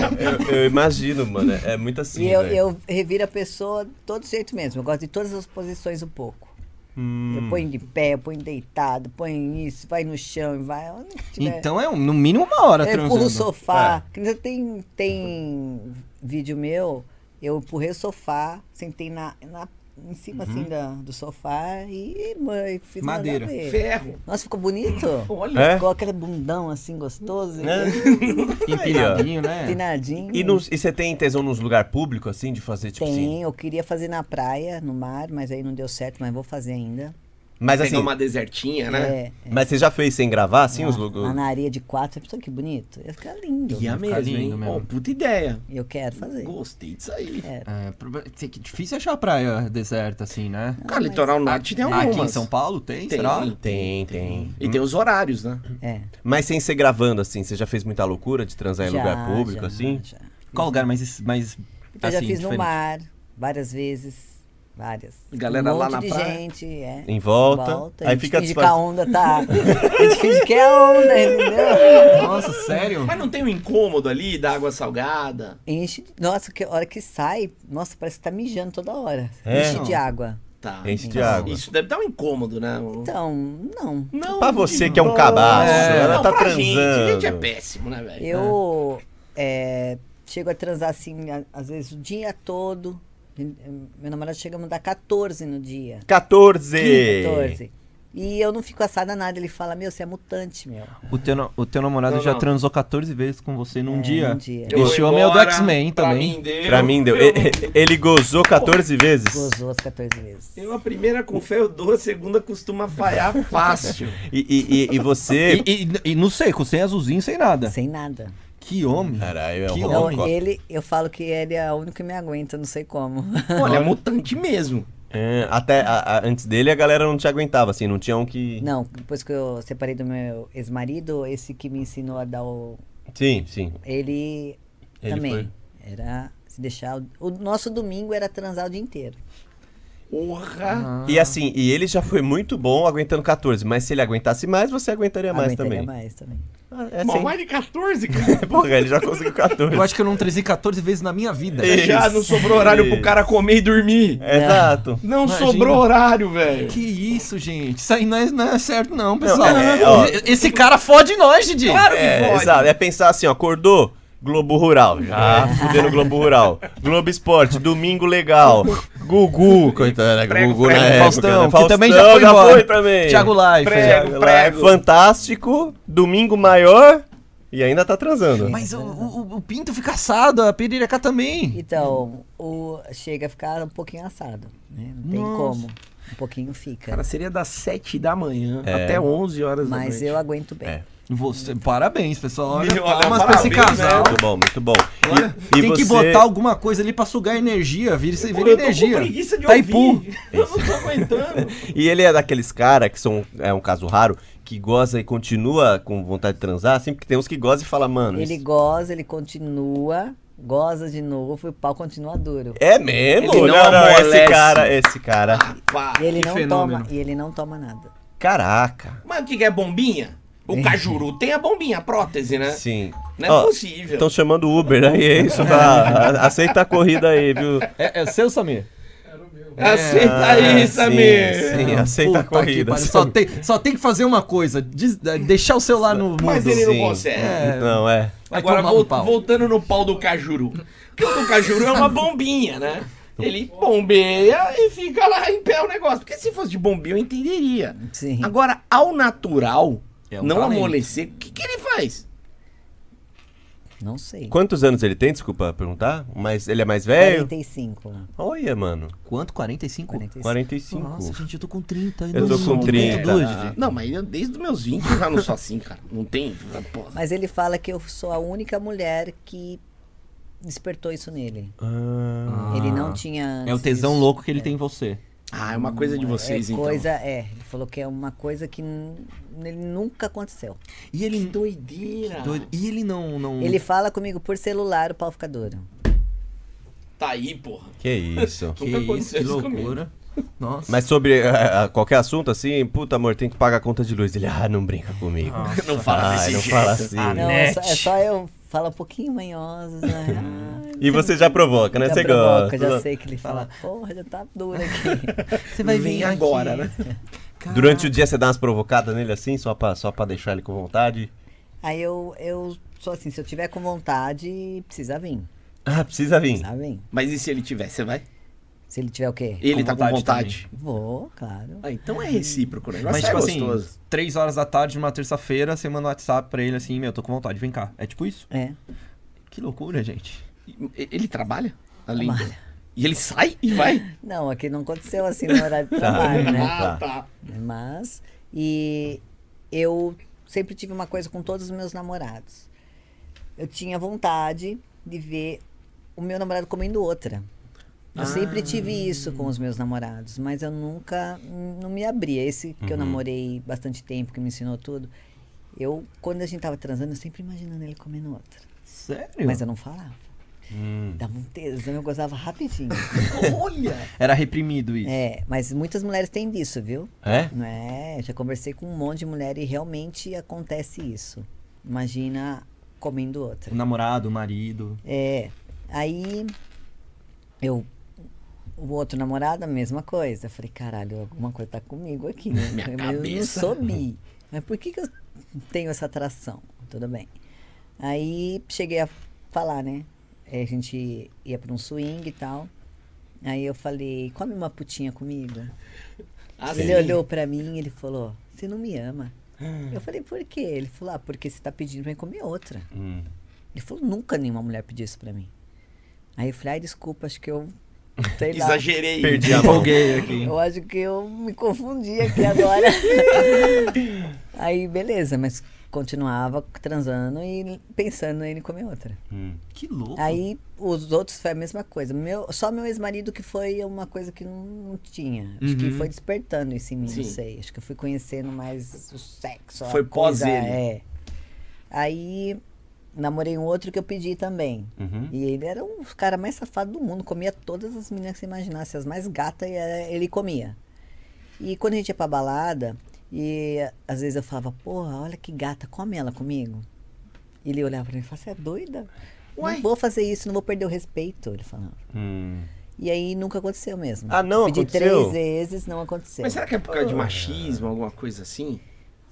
E: Eu, eu imagino, mano, é, é muito assim,
D: E eu,
E: velho.
D: eu reviro a pessoa de todo jeito mesmo. Eu gosto de todas as posições um pouco. Eu ponho de pé, eu ponho deitado, ponho isso, vai no chão e vai. Onde que tiver.
C: Então é um- no mínimo uma hora
E: Tá
D: Eu
C: transando.
D: empurro o sofá.
E: É.
D: Que nem Tem, tem vídeo meu, eu empurrei o sofá, sentei na, na- em cima assim
E: Uhum.
D: da- do sofá e mãe, fiz nada a
C: Madeira.
D: ver.
A: Ferro.
D: Nossa, ficou bonito?
A: Olha.
E: É?
D: Ficou aquele bundão assim gostoso,
C: É. Empinadinho, né?
D: empinadinho.
E: É. E nos- e você tem tesão nos lugares públicos, assim, de fazer, tipo assim?
D: Tem, eu queria fazer na praia, no mar, mas aí não deu certo, mas vou fazer ainda.
E: Mas
A: Pegar
E: assim,
A: uma desertinha, né?
D: É,
E: mas você já fez sem gravar, assim, os
D: lá
E: lugares?
D: na areia de quatro, pessoa que bonito. Ia ficar lindo.
A: Ia
C: ficar
A: é mesmo, hein?
C: lindo mesmo.
A: Ó, puta ideia.
D: Eu quero fazer.
A: Gostei disso aí.
C: É, proba- tem que- difícil achar praia deserta assim, né?
A: Cara, litoral norte tem algumas.
C: Aqui em São Paulo tem,
A: Tem.
C: será?
E: Tem, tem.
A: E tem os horários, né?
D: É.
E: Mas sem ser gravando, assim, você já fez muita loucura de transar em lugar público,
D: já,
E: assim?
D: já.
C: Qual lugar mais. mais
D: Eu já
C: assim,
D: fiz no
C: diferente?
D: mar, várias vezes. Várias.
A: Galera
D: um
A: lá
D: monte
A: na
D: de
A: praia.
D: gente, é.
E: Em volta, aí
D: a gente
E: fica
D: finge que
E: disfarce-
D: a onda tá. A gente finge que é a onda, entendeu?
C: Nossa, sério?
A: Mas não tem um incômodo ali da água salgada?
D: Enche. de- Nossa, que hora que sai, nossa, parece que tá mijando toda hora.
E: É?
D: Enche de água.
A: Tá.
E: Enche de água.
A: Isso deve dar um incômodo, né? Um-
D: Então, não.
A: Não.
E: Pra você que é um cabaço,
A: É,
E: ela
A: não,
E: tá
A: pra Gente,
E: transando.
A: gente é péssimo, né, velho?
D: Eu é, chego a transar assim, a- às vezes o dia todo. Meu namorado chega a mandar 14 no dia.
E: 14!
D: 14. E eu não fico assada nada. Ele fala, meu, você é mutante, meu.
C: O teu, na- o teu namorado
A: Não,
C: já
A: não.
C: transou 14 vezes com você num
D: É,
C: dia.
D: num dia.
A: Eu vou
C: Esse homem é o do
A: embora,
C: X-Men
A: pra
C: também.
A: Mim deu,
E: Pra mim deu. É,
A: Eu,
E: E- e- Ele gozou 14 vezes.
D: Gozou as 14 vezes.
A: eu a primeira com fé eu dou, a segunda costuma falhar fácil.
E: E, e- e- e você.
C: E, e, e no seco, sem azulzinho, sem nada.
D: Sem nada.
C: Que homem.
E: Caralho, é um
C: Que
D: Não,
E: Robocop.
D: ele, eu falo que ele é o único que me aguenta, não sei como.
A: Olha, é mutante mesmo.
E: É, até a- a- antes dele a galera não te aguentava, assim, não tinha um que.
D: não, depois que eu separei do meu ex-marido, esse que me ensinou a dar o.
E: Sim, sim.
D: Ele,
E: Ele
D: também.
E: foi.
D: Era se deixar. O, o nosso domingo era transar o dia inteiro.
A: Porra.
D: Ah.
E: E assim, e ele já foi muito bom aguentando 14, mas se ele aguentasse mais, você aguentaria mais
D: Aguentaria
E: também.
D: mais também.
E: Ah, É
A: Bom,
E: assim.
A: mais de 14, cara.
E: Porra, ele já conseguiu 14.
C: Eu acho que eu não transei 14 vezes na minha vida.
E: Ei.
A: Já não sobrou horário
E: Isso.
A: pro cara comer e dormir.
E: É, Exato.
A: Não
C: Imagina.
A: sobrou horário, velho.
C: Que isso, gente? Isso aí não é, não é certo, não, pessoal.
E: é, ó.
C: Esse cara fode nós, Didi.
A: Claro que
E: É,
A: pode.
E: exato. É pensar assim, ó, acordou? Globo Rural, já
C: É.
E: fudendo Globo Rural. Globo Esporte, Domingo Legal. Gugu, coitada, né?
A: Prego,
E: Gugu
A: prego,
E: na época,
C: É, Faustão,
E: né?
C: que também já foi embora.
E: também.
C: Thiago Life.
A: Prego,
E: Thiago
A: prego.
E: Life, Fantástico, Domingo Maior e ainda tá transando.
C: Mas o, o- o pinto fica assado, a perereca também.
D: Então, o, chega a ficar um pouquinho assado. Né? Não tem
C: Nossa.
D: como. Um pouquinho fica.
A: Cara, seria das 7 da manhã até 11 horas da
D: Mas
A: noite.
D: eu aguento bem.
E: É.
C: Você, parabéns, pessoal.
A: Olha,
C: Olha, palmas pra
A: parabéns, né?
C: esse casal.
E: Muito bom, muito bom. E- E,
C: Tem
E: você...
C: que botar alguma coisa ali pra sugar energia, vira,
A: Pô,
C: vira
A: eu tô com
C: energia. Tá
A: preguiça de
C: Taipu.
A: ouvir. Eu não tô aguentando.
E: E ele é daqueles cara que são é um caso raro, que goza e continua com vontade de transar, assim, porque tem uns que gozam e fala, mano,
D: Ele
E: isso-
D: goza, ele continua, goza de novo e o pau continua duro.
E: é mesmo?
A: Ele não amolece.
E: esse cara, esse cara.
A: Pá.
D: E ele,
C: Ah, que
D: não
C: fenômeno.
D: toma, e ele não toma nada.
E: Caraca.
A: Mas o que que é bombinha? O cajuru tem a bombinha, a prótese, né?
E: Sim. então-
A: Não é possível.
E: Estão chamando o Uber aí, é isso, tá? A- Aceita a corrida aí, viu?
C: É, é seu, Samir?
A: É, Aceita
E: Ah,
A: aí, Samir.
E: Sim, sim, aceita a
C: Puta que
E: corrida.
C: pariu, Só tem, só tem que fazer uma coisa: des- deixar o celular no mundo.
A: Mas ele não
E: Sim.
A: consegue.
C: É.
E: Não, é.
C: Vai
A: Agora,
C: tomar
A: vol-
C: um pau.
A: voltando no pau do cajuru. Porque o do cajuru é uma bombinha, né? Ele bombeia e fica lá em pé o negócio. Porque se fosse de bombinha, eu entenderia.
D: Sim.
A: Agora, ao natural,
C: É um
A: não
C: talento.
A: amolecer, o que, que ele faz?
D: Não sei.
E: Quantos anos ele tem, desculpa perguntar? Mas ele é mais velho?
D: 45.
E: Olha, mano.
C: Quanto? 45?
D: 45.
E: 45.
C: Nossa, gente, eu tô com 30.
E: Eu tô com 30.
C: Duas,
D: Ah.
C: Didi.
A: Não, mas eu, desde os meus 20 eu já não sou assim, cara. Não tem. Porra.
D: Mas ele fala que eu sou a única mulher que despertou isso nele.
E: Ah,
D: Ele não tinha antes.
C: É o tesão
D: isso.
C: louco que ele tem em você.
A: Ah, é uma coisa de vocês,
D: é
A: então.
D: coisa, é. Ele falou que é uma coisa que n- nele nunca aconteceu.
C: E ele.
A: Doideira.
C: doido- E ele não. não...
D: Ele fala comigo por celular, o pau fica duro.
A: Tá aí, porra.
E: que isso.
C: Que
A: Nunca
C: isso,
A: aconteceu
C: que
A: isso
C: loucura. Nossa.
E: Mas sobre eh, qualquer assunto, assim, puta amor, tem que pagar a conta de luz. Ele, ah, não brinca comigo.
A: Não fala
E: ah,
A: desse
E: não
A: jeito.
E: fala assim.
C: Ah,
D: Não, é
C: Net.
D: só, é só eu falar um pouquinho manhosa. Né?
E: E você já provoca,
C: é
E: né?
D: Já
E: Você
D: provoca,
E: gosta.
D: já sei que ele fala, porra, já tá dura aqui.
C: Você
A: vai vir aqui.
D: né?
E: Durante o dia você dá umas provocadas nele assim, só pra, só pra deixar ele com vontade.
D: Aí eu, eu sou assim, se eu tiver com vontade, precisa vir,
E: Ah, precisa vir.
D: precisa vir.
A: Mas e se ele tiver, você vai?
D: Se ele tiver o quê?
A: Ele
C: Com
A: tá com
C: vontade
A: vontade.
D: Vou, claro.
A: Ah, então é recíproco, né?
C: Mas, tipo assim,
A: gostoso.
C: três horas da tarde, numa terça-feira, você manda um WhatsApp pra ele assim, meu, tô com vontade, vem cá. É tipo isso?
D: É.
C: Que loucura, gente.
A: E- Ele trabalha? Além
D: Trabalha.
A: do- E ele sai e vai?
D: Não, aqui não aconteceu assim no horário de trabalho, né?
E: Tá.
A: tá.
D: Mas, e eu sempre tive uma coisa com todos os meus namorados. Eu tinha vontade de ver o meu namorado comendo outra. Eu sempre tive isso com os meus namorados, mas eu nunca hum, não me abria. Esse que eu namorei bastante tempo, que me ensinou tudo. Eu, quando a gente tava transando, eu sempre imaginando ele comendo outra.
C: Sério?
D: Mas é- eu não falava.
E: Hum.
D: Dava um tesão, eu gozava rapidinho.
A: Olha!
C: Era reprimido isso.
D: é, mas muitas mulheres têm disso, viu?
E: É?
D: Não É, já conversei com um monte de mulher e realmente acontece isso. Imagina comendo outra.
C: O namorado, o marido.
D: É, aí eu o outro namorado, a mesma coisa. Eu falei, caralho, alguma coisa tá comigo aqui. né?
A: Minha
D: eu não
A: cabeça.
D: soube. Mas por que, que eu tenho essa atração? Tudo bem. Aí cheguei a falar, né? Aí a gente ia pra um swing e tal. Aí eu falei, come uma putinha comigo.
A: Assim,
D: Ele olhou pra mim e ele falou: Você não me ama. Eu falei: Por quê? Ele falou: Ah, porque você tá pedindo pra mim comer outra.
E: Hum,
D: Ele falou: Nunca nenhuma mulher pediu isso pra mim. Aí eu falei: Ai, desculpa, acho que eu. Sei lá.
A: Exagerei.
E: Perdi a mão.
D: Eu acho que eu me confundi aqui agora. Aí, beleza, mas continuava transando e pensando em ele comer outra.
E: hum,
C: Que louco.
D: Aí os outros foi a mesma coisa. Meu, só meu ex-marido que foi uma coisa que não, não tinha. Acho que foi despertando isso em mim,
A: Uhum. Sim.
D: não sei. Acho que eu fui conhecendo mais o sexo. a
A: Foi pós
D: coisa,
A: ele.
D: É. Aí namorei um outro que eu pedi também.
E: uhum,
D: E ele era um cara mais safado do mundo. Comia todas as meninas que você imaginasse. As mais gatas era- ele comia. E quando a gente ia pra balada, e às vezes eu falava, porra, olha que gata, come ela comigo. E ele olhava pra mim e falava, você é doida?
A: Uai.
D: Não vou fazer isso, não vou perder o respeito, ele falava.
E: Hum.
D: E aí nunca aconteceu mesmo.
E: Ah, não
D: Pedi
E: aconteceu?
D: três vezes, não aconteceu.
A: Mas será que é por
D: Ah.
A: causa de machismo, alguma coisa assim?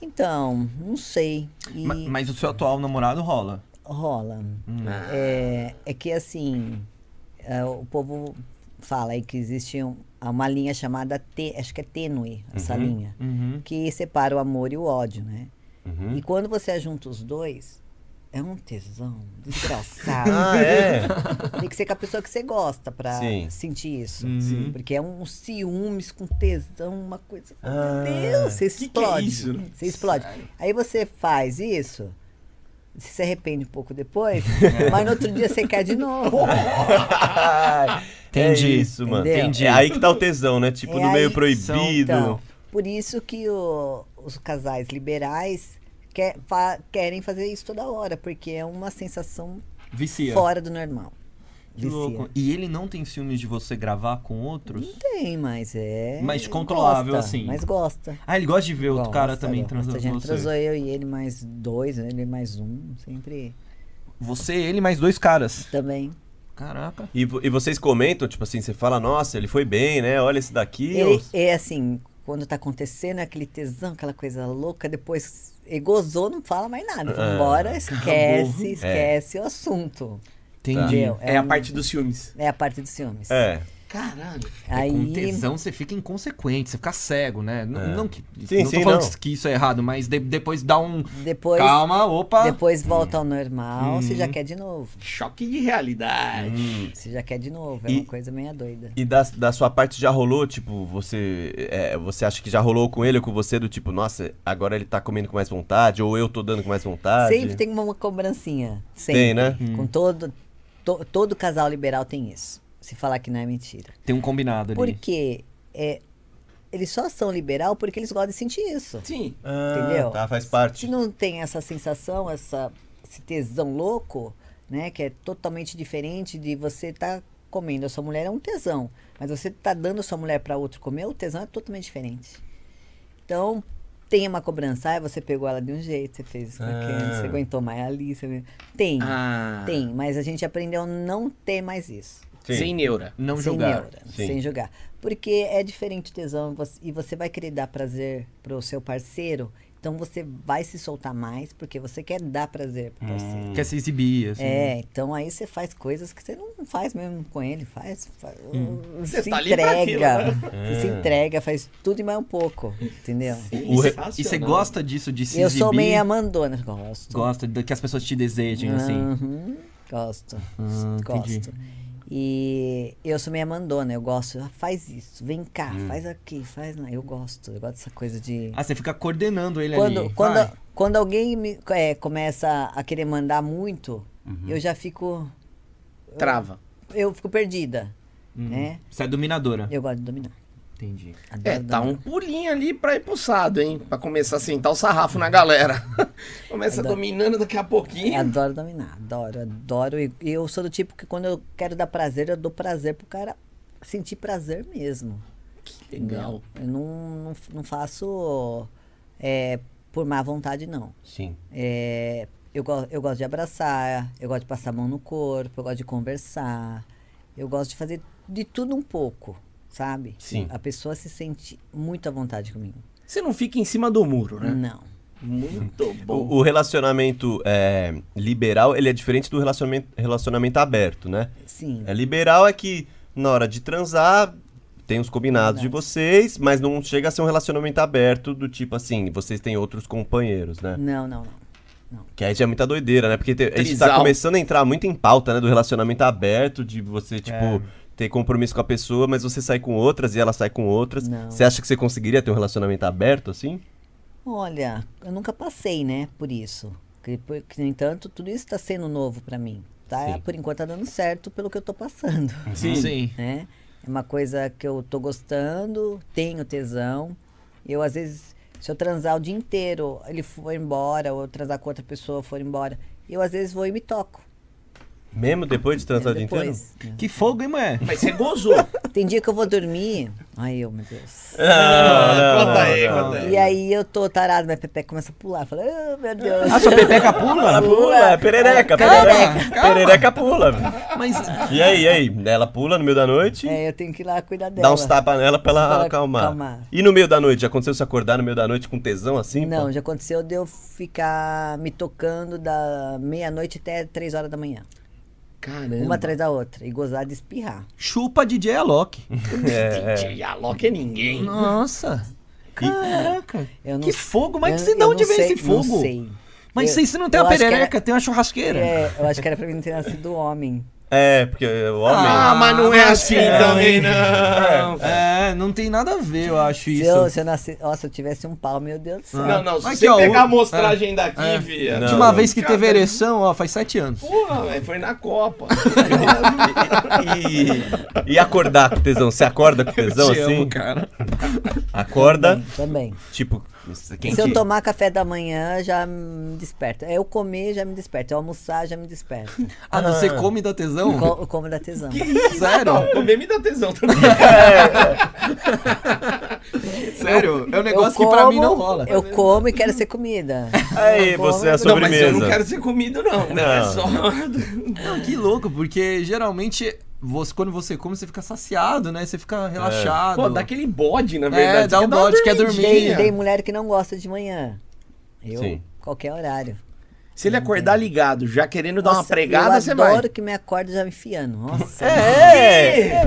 D: Então, não sei. E
C: Ma- mas o seu atual namorado rola.
D: rola.
A: Ah,
D: É, é que assim, é, o povo fala aí que existe um- uma linha chamada, tê- acho que é tênue, essa linha.
C: Uhum.
D: que separa o amor e o ódio, né?
E: Uhum.
D: E quando você junta os dois, é um tesão desgraçado.
E: Ah, é?
D: Tem que ser com a pessoa que você gosta pra
E: Sim.
D: sentir isso.
C: Sim.
D: Porque é um ciúmes com tesão, uma coisa. assim,
E: Ah.
D: Meu Deus, você
A: Que que é
D: explode.
A: isso, né?
D: Você explode. Aí você faz isso, você se arrepende um pouco depois, mas no outro dia você cai de novo.
C: Entendi.
E: É isso, mano.
D: Entendeu?
E: Entendi. É aí que tá o tesão, né? Tipo,
D: É
E: no meio
D: aí-
E: proibido.
D: Então, por isso que o- os casais liberais quer- fa- querem fazer isso toda hora, porque é uma sensação
C: Vicia.
D: fora do normal.
C: Que louco. E ele não tem ciúmes de você gravar com outros?
D: Tem, mas é.
C: Mas controlável,
D: gosta,
C: assim.
D: Mas gosta.
C: Ah, ele gosta de ver outro
D: Gosta,
C: cara também
D: gosta.
C: transando
D: A
C: com
D: gente
C: você.
D: transou eu e ele mais dois, ele mais um, sempre.
C: Você, ele, mais dois caras.
D: Também.
C: Caraca.
E: E, vo- e vocês comentam, tipo assim, você fala, nossa, ele foi bem, né? Olha esse daqui.
D: Ele,
E: ó.
D: é assim, quando tá acontecendo é aquele tesão, aquela coisa louca, depois ele gozou, não fala mais nada.
E: Ah,
D: Vambora, embora, esquece,
C: é.
D: esquece o assunto.
C: Entendi.
D: Entendeu?
A: É a
D: um-
A: parte dos ciúmes.
D: É a parte dos ciúmes.
E: É.
A: Caralho.
C: É,
D: Aí,
C: Com tesão você fica inconsequente, você fica cego, né? N- Não que
E: É. Sim,
C: não tô
E: sim,
C: falando
E: não.
C: que isso é errado, mas de- depois dá um
D: depois,
C: calma, Hum. opa.
D: depois volta ao normal, você já quer de novo.
A: Choque de realidade.
E: Hum.
D: Você já quer de novo. É
E: E-
D: uma coisa meio doida.
E: E da, da sua parte já rolou, tipo, você. é, você acha que já rolou com ele ou com você do tipo, nossa, agora ele tá comendo com mais vontade, ou eu tô dando com mais vontade?
D: Sempre tem uma cobrancinha. Sempre.
E: Tem, né?
D: Com todo, to- todo casal liberal tem isso. Se falar que não é mentira.
C: Tem um combinado ali.
D: Porque é, eles só são liberal porque eles gostam de sentir isso.
A: Sim.
E: Ah,
D: Entendeu?
E: Tá, faz
D: Se
E: parte.
D: não tem essa sensação, essa, esse tesão louco, né? Que é totalmente diferente de você estar comendo a sua mulher é um tesão. Mas você tá dando a sua mulher para outro comer, o tesão é totalmente diferente. Então, tem uma cobrança. Ah, você pegou ela de um jeito, você fez isso com aquele,
B: Ah.
D: você aguentou mais ali. Você... Tem,
A: Ah,
D: tem. Mas a gente aprendeu a não ter mais isso.
B: Sim.
A: Sem neura.
C: Não
D: sem
C: julgar.
D: neura,
B: Sim.
D: sem julgar. Porque é diferente o tesão você- e você vai querer dar prazer pro seu parceiro, então você vai se soltar mais porque você quer dar prazer pro parceiro.
C: Quer se exibir, assim.
D: É, então aí você faz coisas que você não faz mesmo com ele, faz, faz-
A: Você
D: se
A: tá ali pra
D: entrega,
A: aquilo, né?
D: você
C: É.
D: se entrega, faz tudo e mais um pouco, entendeu?
E: é
C: E você-
A: Sensacional.
C: E você
E: né?
C: gosta disso, de se
D: Eu
C: exibir?
D: sou meio amandona, gosto.
C: Gosta de- que as pessoas te desejem, assim.
D: Uhum, gosto.
C: Ah, entendi.
D: gosto. E eu sou meio mandona, eu gosto. Ah, faz isso, vem cá,
C: Hum.
D: faz aqui, faz lá. Eu gosto, eu gosto dessa coisa de.
C: Ah, você fica coordenando ele
D: quando,
C: ali.
D: quando,
C: Vai.
D: quando alguém me, é, começa a querer mandar muito,
C: Uhum.
D: eu já fico.
A: né? Trava.
D: Eu fico perdida. Né?
C: Você é dominadora.
D: Eu gosto de dominar.
C: Entendi.
A: É,
D: Adoro
A: tá
D: dominar.
A: um pulinho ali pra ir pro sado, hein? Pra começar a sentar o sarrafo na galera. Começa
D: Adoro.
A: dominando daqui a
D: Eu
A: pouquinho.
D: adoro dominar, adoro, adoro. E e eu sou do tipo que quando eu quero dar prazer, eu dou prazer pro cara sentir prazer mesmo.
A: Que legal.
D: Eu não, não, não faço é, por má vontade, não.
B: Sim.
D: É, eu, go- eu gosto de abraçar, eu gosto de passar a mão no corpo, eu gosto de conversar, eu gosto de fazer de tudo um pouco, sabe?
B: Sim.
D: A pessoa se sente muito à vontade comigo.
A: Você não fica em cima do muro,
E: É?
A: né?
D: Não.
A: Muito bom.
E: Hum. O, o relacionamento é, liberal, ele é diferente do relacionamento, relacionamento aberto, né?
D: Sim.
E: É liberal é que na hora de transar tem os combinados de vocês, mas não chega a ser um relacionamento aberto do tipo assim, vocês têm outros companheiros, né?
D: Não, não, não.
E: Que aí já é muita doideira, né? Porque te- a gente tá
A: Trisal.
E: começando a entrar muito em pauta, né? Do relacionamento aberto, de
D: É.
E: você, tipo, ter compromisso com a pessoa, mas você sai com outras e ela sai com outras.
D: Não.
E: Você acha que você conseguiria ter um relacionamento aberto, assim?
D: Olha, eu nunca passei, né, por isso. Que, por- que, no entanto, tudo isso está sendo novo para mim. Tá? Por enquanto tá dando certo pelo que eu tô passando.
C: Sim. Sim.
D: né? É uma coisa que eu tô gostando, tenho tesão. Eu, às vezes, se eu transar o dia inteiro, ele for embora, ou eu transar com outra pessoa, for embora, eu, às vezes, vou e me toco.
E: Mesmo depois de
D: né?
E: transar o dia inteiro?
D: Depois.
C: Que fogo, hein, mulher?
A: Mas você gozou.
D: Tem dia que eu vou dormir. Ai, eu, meu Deus.
E: Ah,
A: Ah, Conta aí, conta
E: É.
A: aí.
D: E aí eu tô tarado, minha pepeca começa a pular. Fala, ah, meu Deus.
C: A sua pepeca pula?
E: Ela pula, é perereca, perereca, perereca pula.
C: Mas
E: E aí, e aí? Ela pula no meio da noite,
D: É, eu tenho que ir lá cuidar dela.
E: dá uns tapas nela pra ela,
D: Pra ela
E: acalmar.
D: acalmar.
E: E no meio da noite, já aconteceu se acordar no meio da noite com tesão assim?
D: Não,
E: pô?
D: já aconteceu de eu ficar me tocando da meia-noite até três horas da manhã.
A: Caramba.
D: Uma atrás da outra. E gozar de espirrar.
C: chupa DJ Alok.
E: É, é.
A: A Loki é ninguém.
C: Nossa. Caraca.
D: Eu não
C: Que fogo, mas
D: eu-
C: você de
D: eu
C: onde
D: não
C: vem
D: sei-
C: esse fogo?
D: Não sei.
C: Mas
D: Eu-
C: se você não tem
D: eu
C: uma
D: acho que era-
C: perereca, tem uma churrasqueira.
D: É, eu acho que era pra mim ter nascido homem.
E: É, porque o homem.
A: Ah, mas não é assim também,
C: né?
A: não.
C: É, não tem nada a ver, eu acho
D: Se
C: isso.
D: eu, se eu nasci, ó, se eu tivesse um pau, meu Deus do céu.
A: Não, não. Se
C: Aqui,
A: você
C: ó,
A: pegar
C: o-
A: a amostragem daqui,
C: é.
A: via.
E: Não,
C: De uma
E: não.
C: vez que teve
A: Cara,
C: ereção, ó, faz sete anos.
A: Porra, velho, foi na Copa.
E: E, e acordar com tesão? Você acorda com tesão
C: Te
E: assim?
C: amo, cara.
E: Acorda,
D: Hum. Também.
E: tipo, isso, quem
D: se eu
E: que-
D: tomar café da manhã, já me desperta. Eu comer, já me desperta. Eu almoçar, já me desperta.
C: Ah, não, você come da tesão?
D: Co- Eu como da tesão.
C: Sério?
A: Não, comer me dá tesão também.
C: Sério? É um
D: Eu
C: negócio que pra mim não
D: como,
C: rola.
D: Eu como e quero ser comida.
E: Aí,
D: Eu como-
E: você é a
A: Não, mas eu
E: sobremesa.
A: não quero ser comido, não.
E: Não.
A: É só...
C: Não, que louco, porque geralmente você- quando você come, você fica saciado, né? Você fica relaxado.
A: Pô, dá aquele bode, na
C: É,
A: verdade.
C: dá
A: Você
C: um
A: uma
C: bode, quer
A: dormidinha.
D: Tem, tem mulher que não gosta de manhã. Eu,
E: Sim.
D: qualquer horário.
A: Se ele acordar ligado, já querendo dar uma
D: Nossa,
A: pregada, você
D: eu
A: vai.
D: adoro que me acorde já me enfiando. Nossa,
E: É, é
A: Essa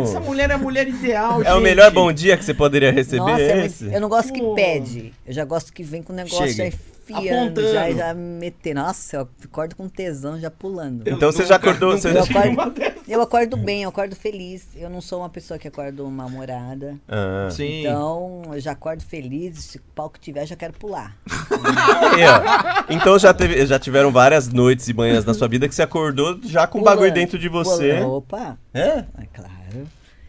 E: mesmo.
A: mulher é a mulher ideal,
E: É o
A: gente.
E: melhor bom dia que você poderia receber
D: nossa é
E: é
D: muito-
E: esse.
D: eu não gosto
A: Pô.
D: que pede. Eu já gosto que vem com o negócio
E: Chega.
D: já enfiando,
A: Apontando.
D: já, já metendo. Nossa, eu acordo com tesão já pulando. Eu,
E: Então você já acordou, você já-
A: Nunca tive uma dessas.
D: acordo bem, eu acordo feliz. Eu não sou uma pessoa que acorda mal-humorada.
E: Ah.
C: Sim.
D: Então, eu já acordo feliz. Se o pau que tiver, eu já quero pular.
E: Aí, ó. Então já, teve- já tiveram várias noites e manhãs na sua vida que você acordou já com o Um bagulho
D: Pulando,
E: dentro de você.
D: pulando. Opa,
E: É?
D: é claro.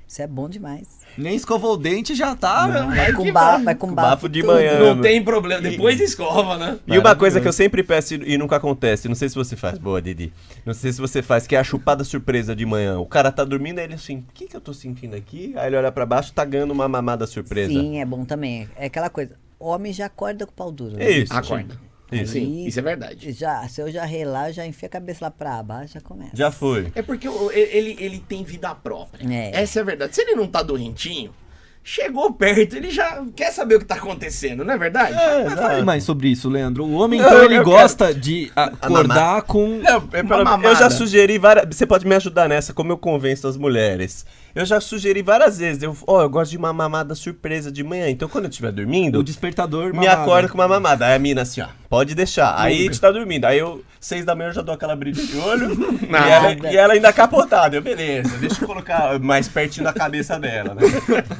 D: Isso é bom demais.
C: Nem escovou o dente já tá.
D: Vai com bafo, vai com
E: É Com
D: bafo.
E: Um bafo de
D: tudo.
E: manhã.
A: Não tem problema. Depois escova, né?
E: E uma coisa que eu sempre peço e e nunca acontece, não sei se você faz, boa, Didi. Não sei se você faz, que é a chupada surpresa de manhã. O cara tá dormindo, aí ele assim, o que, que eu tô sentindo aqui? Aí ele olha pra baixo, tá ganhando uma mamada surpresa.
D: Sim, é bom também. É aquela coisa. Homem já acorda com o pau duro. né?
E: É isso.
A: Acorda.
E: Isso.
A: Sim, isso é verdade.
D: Já, se eu já relar, já enfia a cabeça lá pra baixo, já começa.
E: Já foi.
A: É porque o- ele, ele tem vida própria.
D: É.
A: Essa é a verdade. Se ele não tá doentinho, chegou perto, ele já quer saber o que tá acontecendo, não é verdade?
C: Mas fale mais sobre isso, Leandro. O homem, então, ele gosta de acordar com.
E: Não, é pela-
A: mamada.
E: eu já sugeri várias. Você pode me ajudar nessa, como eu convenço as mulheres. Eu já sugeri várias vezes. Eu, ó, eu gosto de uma mamada surpresa de manhã. Então quando eu estiver dormindo,
C: O despertador
E: me
C: mamado.
E: acorda com uma mamada. Aí a mina assim, ó, pode deixar. Aí a gente tá dormindo. Aí eu, seis da manhã, eu já dou aquela brilha de olho. e, ela, e ela ainda capotada. Eu, beleza, deixa eu colocar mais pertinho da cabeça dela, né?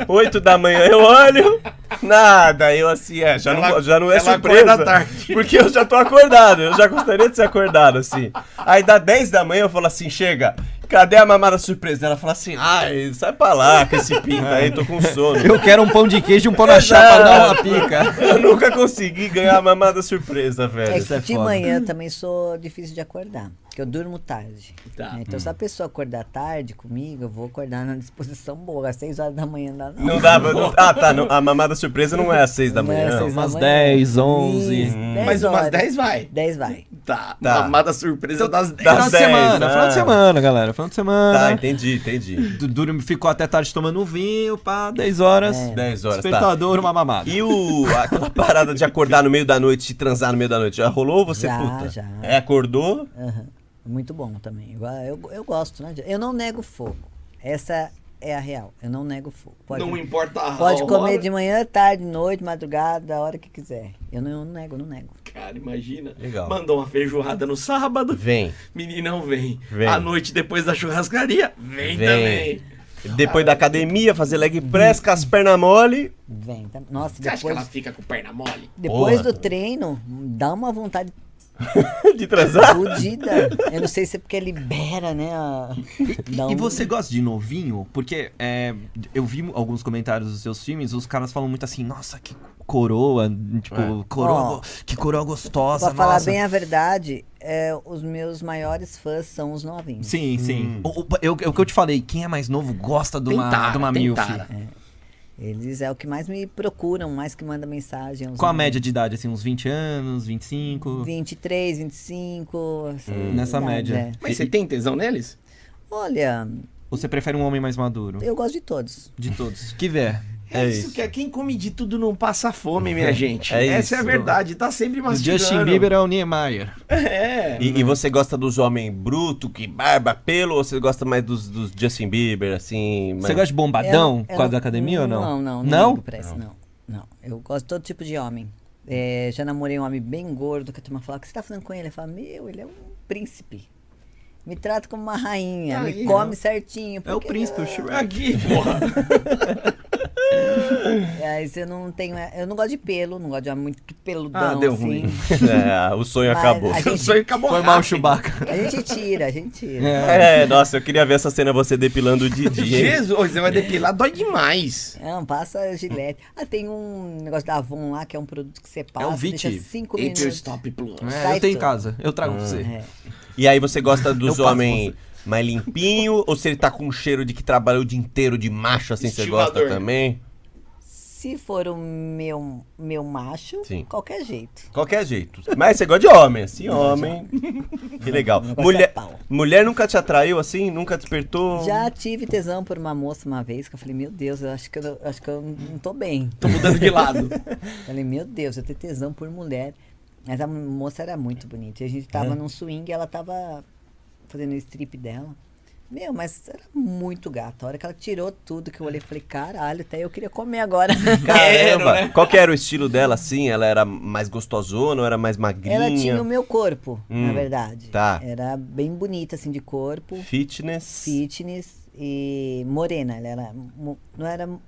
E: Oito da manhã eu olho, nada. Eu assim, é, já,
A: Ela-
E: não, já não é
A: ela
E: surpresa.
A: acorda tarde.
E: Porque eu já tô acordado, eu já gostaria de ser acordado, assim. Aí dá 10 da manhã eu falo assim, chega, cadê a mamada surpresa? Ela fala assim, ai, sai pra lá com esse pinto aí, tô com sono.
C: Eu quero um pão de queijo e um pão na chapa pra dar uma pica.
E: Eu nunca consegui ganhar a mamada surpresa,
D: É
E: velho.
D: que
C: é
D: de
C: foda.
D: manhã eu também sou difícil de acordar, porque eu durmo tarde.
A: Tá.
D: né? Então,
E: Hum.
D: se a pessoa acordar tarde comigo, eu vou acordar na disposição boa. Às 6 horas da manhã dá não.
E: Não dava. não- ah, tá. não, a mamada surpresa não é às seis da
D: Não é
E: manhã.
D: seis da
C: Umas
D: manhã.
C: 10, 11.
D: Isso,
E: Hum.
A: Mas umas
D: horas.
A: 10 vai.
D: 10 vai.
A: Tá.
E: Tá.
A: Mamada surpresa das 10.
E: Tá
C: Final de
E: dez,
C: semana,
E: ah.
C: final de semana, galera. Final de
E: Tá,
C: semana.
E: entendi, entendi.
C: Du- Duro ficou até tarde tomando um vinho, pá, 10 horas.
E: 10 horas, tá.
C: Despertador, uma mamada.
E: E o, aquela parada de acordar no meio da noite e transar no meio da noite, já rolou você,
D: Já,
E: puta?
D: já.
E: É, acordou?
D: Aham. Muito bom também. Eu, eu, eu gosto, né? Eu não nego fogo. Essa é a real. Eu não nego fogo. Pode,
A: Não importa a
D: pode
A: hora.
D: comer de manhã, tarde, noite, madrugada, a hora que quiser. Eu não, eu não nego, não nego.
A: Cara, imagina.
E: Legal.
A: Mandou uma feijoada no sábado.
E: Vem.
A: Meninão vem.
E: Vem.
A: À noite, depois da churrascaria, vem,
E: Vem.
A: também.
E: Depois da academia, fazer leg press com as pernas mole.
D: Vem. Tá? Nossa,
A: Você acha que ela
D: depois,
A: fica com perna mole?
D: depois
E: Porra.
D: do treino, dá uma vontade
E: De transar?
D: fudida. Eu não sei se é porque libera, né? a- dá
C: E
D: um-
C: você gosta de novinho? Porque é, eu vi alguns comentários dos seus filmes, os caras falam muito assim, nossa, que coroa, tipo, coroa,
D: Ó,
C: que coroa gostosa,
D: Pra falar
C: nossa."
D: bem a verdade, é, os meus maiores fãs são os novinhos.
C: Sim, sim. O, o- eu, é o que eu te falei, quem é mais novo gosta de uma,
A: Tentara,
C: de uma milf.
A: tentara.
D: É. Eles é o que mais me procuram, mais que manda mensagem. é aos
C: Qual a
D: novinhos.
C: média de idade, assim, uns 20 anos, 25?
D: 23, 25. essa
C: Hum. Nessa
D: idade,
C: média.
D: é.
A: Mas você tem tesão neles?
D: Olha,
C: Ou você prefere um homem mais maduro?
D: eu gosto de todos.
C: De todos. Que vier.
A: É isso, que é quem come de tudo não passa fome, minha gente.
E: É
A: Essa é a
E: isso.
A: verdade, tá sempre
C: Do
A: mastigando.
C: Justin Bieber é o Niemeyer.
A: É.
E: E, e você gosta dos homens bruto, que barba, pelo, ou você gosta mais dos, dos Justin Bieber, assim?
C: Você gosta de bombadão,
D: Eu- eu
C: quadro da academia ou não?
D: Não, não, não. ligo pra isso, não. não. Eu gosto de todo tipo de homem. É, já namorei um homem bem gordo, que a turma fala, o que você tá fazendo com ele? Eu falo, meu, ele é um príncipe. Me trata como uma rainha,
A: Aí,
D: me come certinho.
C: É o
D: porque-
C: príncipe, o Shrek.
A: Aqui, porra.
D: é, Aí você não tem. é, Eu não gosto de pelo, não gosto de homem muito peludão.
A: Ah, deu
D: assim.
A: ruim.
E: É, o sonho
D: Mas
E: acabou.
D: a
A: Seu
D: gente-
A: sonho acabou
C: Foi mal o
A: rápido.
C: Chewbacca.
D: A gente tira, a gente tira.
E: É, nossa, eu queria ver essa cena você depilando o Didi. hein?
A: Jesus, você vai depilar, dói demais.
D: É, Não, passa gilete. Ah, tem um negócio da Avon lá, que é um produto que você passa,
C: Vit.
D: deixa 5
A: Enter
D: minutos.
A: Stop Plus.
C: É,
D: Sai
C: eu tenho em
D: tudo.
C: casa, eu trago pra você.
D: É.
E: E aí você gosta
C: Eu
E: dos
C: passo
E: homens mais limpinho, ou se ele tá com um cheiro de que trabalhou o dia inteiro de macho, assim, você gosta
A: Estivador.
E: também?
D: Se for o meu, meu macho,
E: Sim.
D: qualquer jeito.
E: Qualquer jeito. Mas você gosta de homem, assim, homem. Que legal.
D: negócio é
E: Mulher,
D: pau.
E: mulher nunca te atraiu, assim? Nunca despertou?
D: Já tive tesão por uma moça uma vez, que eu falei, meu Deus, eu acho que eu, não- acho que eu não tô bem.
A: Tô mudando de lado.
D: Falei, meu Deus, eu tenho tesão por mulher. Mas a moça era muito bonita. E a gente
A: É.
D: tava num swing e ela tava fazendo o strip dela. Meu, mas era muito gata. A hora que ela tirou tudo, que eu olhei e falei, caralho, até eu queria comer agora.
E: Caramba! Qual que era o estilo dela, assim? Ela era mais gostosona ou era mais magrinha?
D: Ela tinha o meu corpo, na
E: Hum,
D: verdade.
E: tá.
D: Era bem bonita, assim, de corpo,
E: Fitness.
D: fitness e morena. Ela era. mo- Não era, não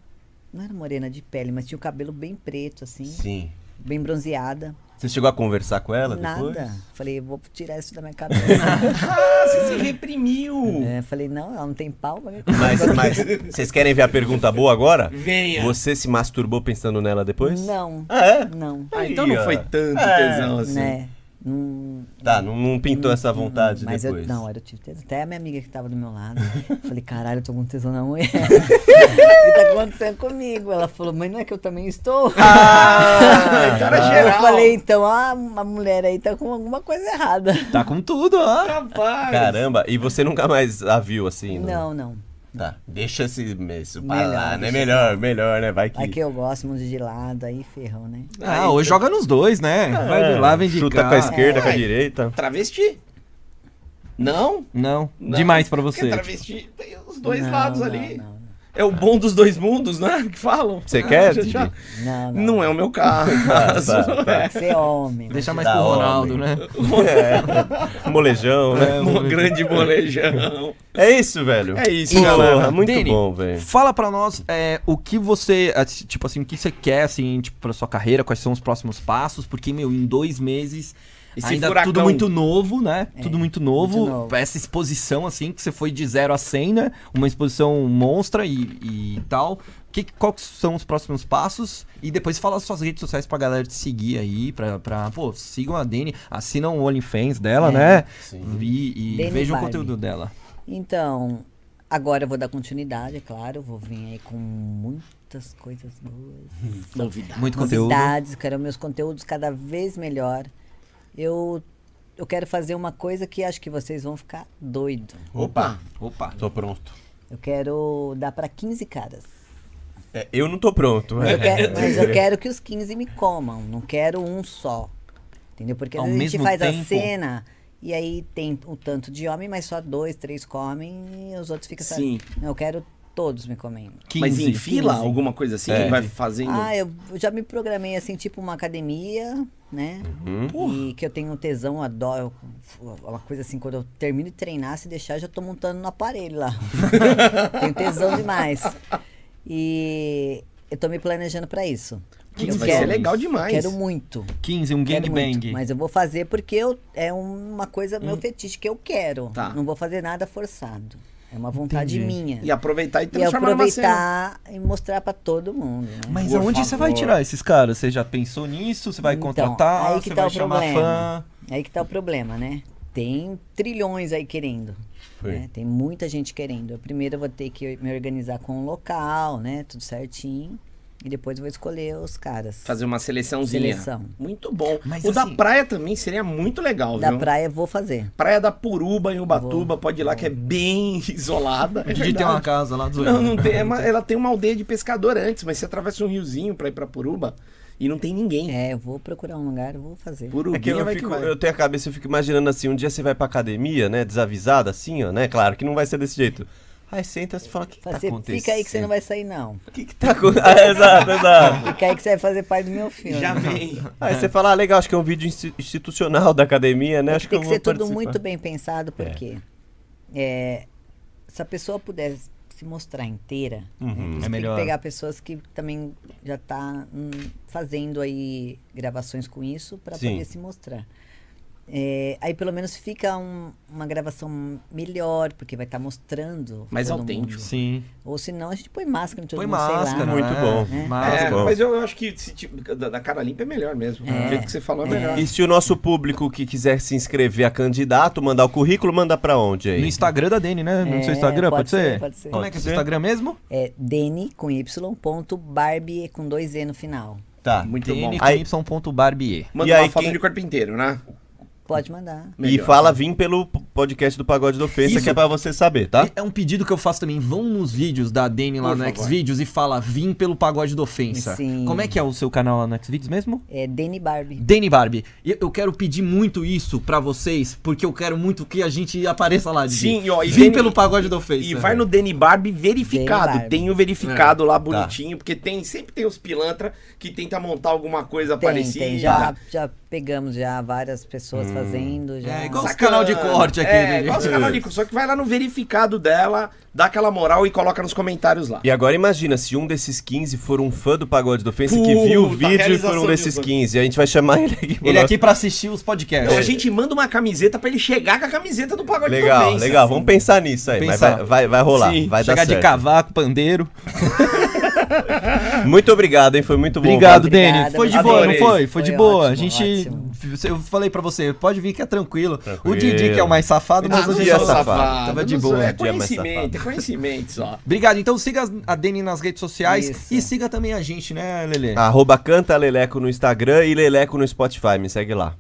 D: era morena de pele, mas tinha o cabelo bem preto, assim.
E: Sim.
D: bem bronzeada.
B: Você chegou a conversar com ela
D: Nada.
B: depois?
D: Falei, vou tirar isso da minha cabeça.
A: Ah, você se reprimiu.
D: É, falei, não, ela não tem pau. né?
B: Mas, mas vocês querem ver a pergunta boa agora?
A: Venha.
B: Você se masturbou pensando nela depois?
D: Não,
B: Ah, é?
D: não.
A: Ah, então não foi tanto
B: É,
A: tesão assim.
D: Né? Não,
B: Tá, não, não pintou essa vontade
D: Hum, Uhum, mas
B: depois.
D: eu não, é- eu tive tesão. Até a minha amiga que tava do meu lado. eu falei, caralho, eu tô com tesão na mulher. O que tá acontecendo comigo? Ela falou, mas não é que eu também estou?
A: Ah, então era
D: Eu
A: geral.
D: falei, então, ah, a mulher aí tá com alguma coisa errada.
C: Tá com tudo, ó.
A: Rapaz.
B: Caramba, e você nunca mais a viu assim?
E: né?
D: Não, não.
B: Tá, deixa esse, isso pra
D: Melhor,
B: lá, né?
D: deixa-
B: Melhor, melhor, né? Vai que...
D: Aqui É eu gosto muito de lado, aí ferrão, né?
C: Ah, hoje joga nos dois,
A: É.
C: né? Vai de lá, vem de
B: É, Chuta
C: cá.
B: com a esquerda, com a
D: É.
A: Ai.
B: direita.
A: Travesti? Não?
C: Não,
A: Não.
C: demais pra
A: Porque
C: você.
A: travesti tem os dois
D: Não,
A: lados
D: não,
A: ali.
D: Não,
A: É o bom dos dois mundos, né? Que falam.
B: Você quer,
A: já- já-
D: não. não,
A: Não é o meu caso.
B: Ah, tá, tá.
A: É.
D: Ser homem.
C: Deixa mais
B: Da
C: pro Ronaldo,
B: homem.
C: né?
B: É. Molejão, né?
A: Um grande molejão.
B: É isso, velho.
A: É isso,
B: Porra,
A: galera.
B: Muito
C: Dani,
B: bom, velho.
C: Fala pra nós é, o que você, assim, tipo assim, o que você quer, assim, tipo, pra sua carreira, quais são os próximos passos, porque, meu, em dois meses,
A: Esse
C: ainda
A: furacão.
C: tudo muito novo, né? tudo muito novo,
D: É, muito novo.
C: essa exposição, assim, que você foi de zero a 100, né? Uma exposição monstra e, e tal. Que, qual que são os próximos passos? E depois fala as suas redes sociais pra galera te seguir aí, pra, pra pô, sigam a Dani, assinam o OnlyFans dela, né? E, e
D: É, Dani
C: vejam o
D: Barbie.
C: conteúdo dela.
D: Então, agora eu vou dar continuidade, é claro. Vou vir aí com muitas coisas boas.
A: Novidade.
C: Hum, Muito conteúdo.
D: Novidades, quero meus conteúdos cada vez melhor. Eu, eu quero fazer uma coisa que acho que vocês vão ficar doido.
A: Opa.
C: Opa.
B: Tô pronto.
D: Eu quero dar pra 15 caras.
B: É, eu não tô pronto.
D: Eu
B: é.
D: quero- mas eu quero que os 15 me comam, não quero um só. Entendeu? Porque às
C: Ao
D: vezes a gente
C: mesmo
D: faz a
C: tempo.
D: cena e aí tem um tanto de homem, mas só dois, três comem e os outros ficam só-
A: Sim.
D: Eu quero todos me comendo.
C: 15.
A: Mas em fila,
D: 15.
A: alguma coisa assim
B: É.
A: que vai fazendo.
D: Ah, eu já me programei assim, tipo uma academia, né?
A: Uhum.
D: E que eu tenho um tesão, eu adoro. eu- Uma coisa assim, quando eu termino de treinar, se deixar, eu já tô montando no aparelho lá. tenho tesão demais. E eu tô me planejando pra isso.
A: Que
D: Eu
A: vai
D: quero-
A: ser legal demais.
D: Quero muito.
C: 15, um
D: Quero muito,
C: gangbang.
D: mas eu vou fazer porque eu, é uma coisa, meu fetiche que eu quero.
A: Hum. Tá.
D: Não vou fazer nada forçado. É uma vontade
C: Entendi.
D: minha.
A: E aproveitar e
D: E
A: transformar numa cena.
D: aproveitar e mostrar pra todo mundo. Né?
C: Mas
A: Por
C: aonde você vai
A: favor.
C: tirar esses caras? Você já pensou nisso? Você vai
D: Então,
C: contratar?
D: aí que
C: você
D: tá
C: vai
D: o
C: chamar
D: problema.
C: fã?
D: Aí que tá o problema, né? Tem trilhões aí querendo.
B: Foi.
D: né? Tem muita gente querendo. Eu primeiro vou ter que me organizar com o local, né? Tudo certinho. E depois vou escolher os caras.
A: Fazer uma seleçãozinha.
D: Seleção.
A: Muito bom.
C: Mas
A: o
C: assim-
A: da praia também seria muito legal,
D: da
A: viu?
D: praia eu vou fazer.
A: Praia da Puruba, em Ubatuba, pode ir lá que é bem isolada. É
C: Didi tem
A: verdade.
C: uma né? casa lá dos
A: Não, não tem. é uma- ela tem uma aldeia de pescador antes, mas você atravessa um riozinho pra ir pra Puruba e não tem ninguém.
D: É, eu vou procurar um lugar, eu vou fazer.
A: Purubinha
B: É que eu,
A: vai
B: fico,
A: que vai.
B: eu tenho a cabeça, eu fico imaginando assim, um dia você vai pra academia, né, desavisada assim, ó, né, claro que não vai ser desse jeito. Aí senta e fala, o que, que tá
D: Fala, "Cê
B: acontecendo?
D: fica aí que você não vai sair, não.
B: O que que tá acontecendo? Ah, exato, exato.
D: Fica aí que você vai fazer parte do meu filme.
A: Já vem.
B: Aí você fala, ah, legal, acho que é um vídeo insti- institucional da academia, né, acho que
D: tem
B: eu
D: que
B: vou
D: ser tudo
B: participar.
D: muito bem pensado, porque é, se a pessoa puder se mostrar inteira, né, por isso
B: Uhum.
D: que
C: É melhor.
D: tem que pegar pessoas que também já tá hum, fazendo aí gravações com isso para
B: Sim.
D: poder se mostrar. É, aí pelo menos fica um- uma gravação melhor, porque vai estar mostrando.
A: Mais
D: todo
A: autêntico.
D: mundo.
C: Sim.
D: Ou senão a gente põe máscara em todo
C: Põe
D: mundo, sei lá.
C: máscara.
B: Muito
C: né?
B: bom.
C: É.
A: É,
C: Máscara.
B: bom.
A: mas eu acho que se, tipo, da, da cara limpa é melhor mesmo.
D: É.
A: Do jeito que você falou é, melhor.
B: E se o nosso público que quiser se inscrever a candidato, mandar o currículo, manda pra onde aí?
C: No Instagram da Dani, né? No seu Instagram,
D: É,
C: pode, ser?
D: Pode ser.
C: Como é que é seu Instagram mesmo?
D: É Dene com Y ponto Barbie com dois E no final.
B: Tá.
A: Muito bom.
B: Aí-
C: dny.barbier.
A: Manda
B: E
A: uma
B: aí,
A: foto
B: quem-
A: de corpo inteiro, né?
D: Pode mandar.
B: E
A: Melhor.
B: fala, vim pelo p- podcast do Pagode do Ofensa,
C: Isso.
B: que é pra você saber, tá?
C: É um pedido que eu faço também. Vão nos vídeos da Dani lá
A: Por
C: no
A: favor.
C: Xvideos e fala, vim pelo pagode do ofensa.
D: Sim.
C: Como é que é o seu canal lá no Xvideos mesmo?
D: É Dene Barbie.
C: Dani Barbie, eu eu quero pedir muito isso pra vocês, porque eu quero muito que a gente apareça lá. Didi.
A: Sim, e ó, e
C: Vem
A: Dani-
C: pelo pagode do Face.
E: né,
A: E vai no Danny Barbie verificado.
D: Danny Barbie.
A: Tem o verificado
E: É. Tá.
A: lá bonitinho, porque tem sempre tem os pilantra que tenta montar alguma coisa
D: Tem,
A: parecida.
D: tem. Já, já pegamos já várias pessoas fazendo. Já.
C: Hum. É igual os canal de corte aqui.
A: É,
C: né?
A: igual os canal de corte, só que vai lá no verificado dela, dá aquela moral e coloca nos comentários lá.
E: E agora imagina se um desses 15 for um fã do Pagode do Ofensa que
A: Puta,
E: viu o vídeo e
A: realização
E: for um desses
A: disso.
E: 15. A gente vai chamar ele aqui. pro
C: Ele é
E: nosso-
C: aqui pra assistir os podcasts.
A: Então a gente manda uma camiseta pra ele chegar com a camiseta do Pagode
E: Legal,
A: Ofensa,
E: legal.
A: assim.
E: Vamos pensar nisso aí. Mas
C: Pensar.
E: vai, vai, vai rolar.
A: Sim,
E: vai dar
C: Chegar de
E: certo.
C: cavaco, pandeiro.
E: Muito obrigado, hein? Foi muito bom.
C: Obrigado,
D: Obrigada,
C: Dene. Foi de
D: obrigada.
C: boa, não foi? Foi,
D: Adorei.
C: de
D: Foi
C: boa. a
D: ótimo,
C: gente. Eu falei pra você, pode vir que é tranquilo.
E: Tranquilo.
C: O Didi, que é o mais safado, mas
A: Ah,
C: o
A: não
E: Didi
C: Didi
E: é
A: sou
C: é
E: safado.
C: safado.
A: safado.
C: Tava de
A: não sou-
C: boa.
A: É
E: Dia mais
A: conhecimento, é
E: safado.
A: conhecimento só.
C: Obrigado. Então siga a Dene nas redes sociais
D: Isso.
C: e siga também a gente, né, Lelê?
A: Ah,
E: Arroba Canta Leleco no Instagram e Leleco no Spotify. Me segue lá.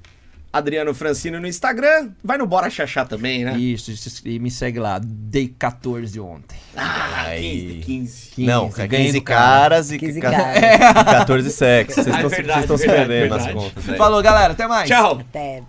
A: Adriano Francino no Instagram. Vai no Bora Xaxá também, né?
C: Isso, isso, e me segue lá. Dei 14 ontem.
A: Ah,
E: Aí.
A: 15, 15.
C: 15,
E: Não,
C: ganhei
E: 15
C: do cara.
E: caras e
D: 15
E: ca-
D: caras.
E: e 14 sexos. Vocês
A: Ah, é
E: estão se- vocês
A: verdade, é
E: estão se
A: verdade,
E: perdendo nas
A: verdade.
E: contas né? aí.
C: Falou, galera. Até mais.
A: É Tchau.
D: Até.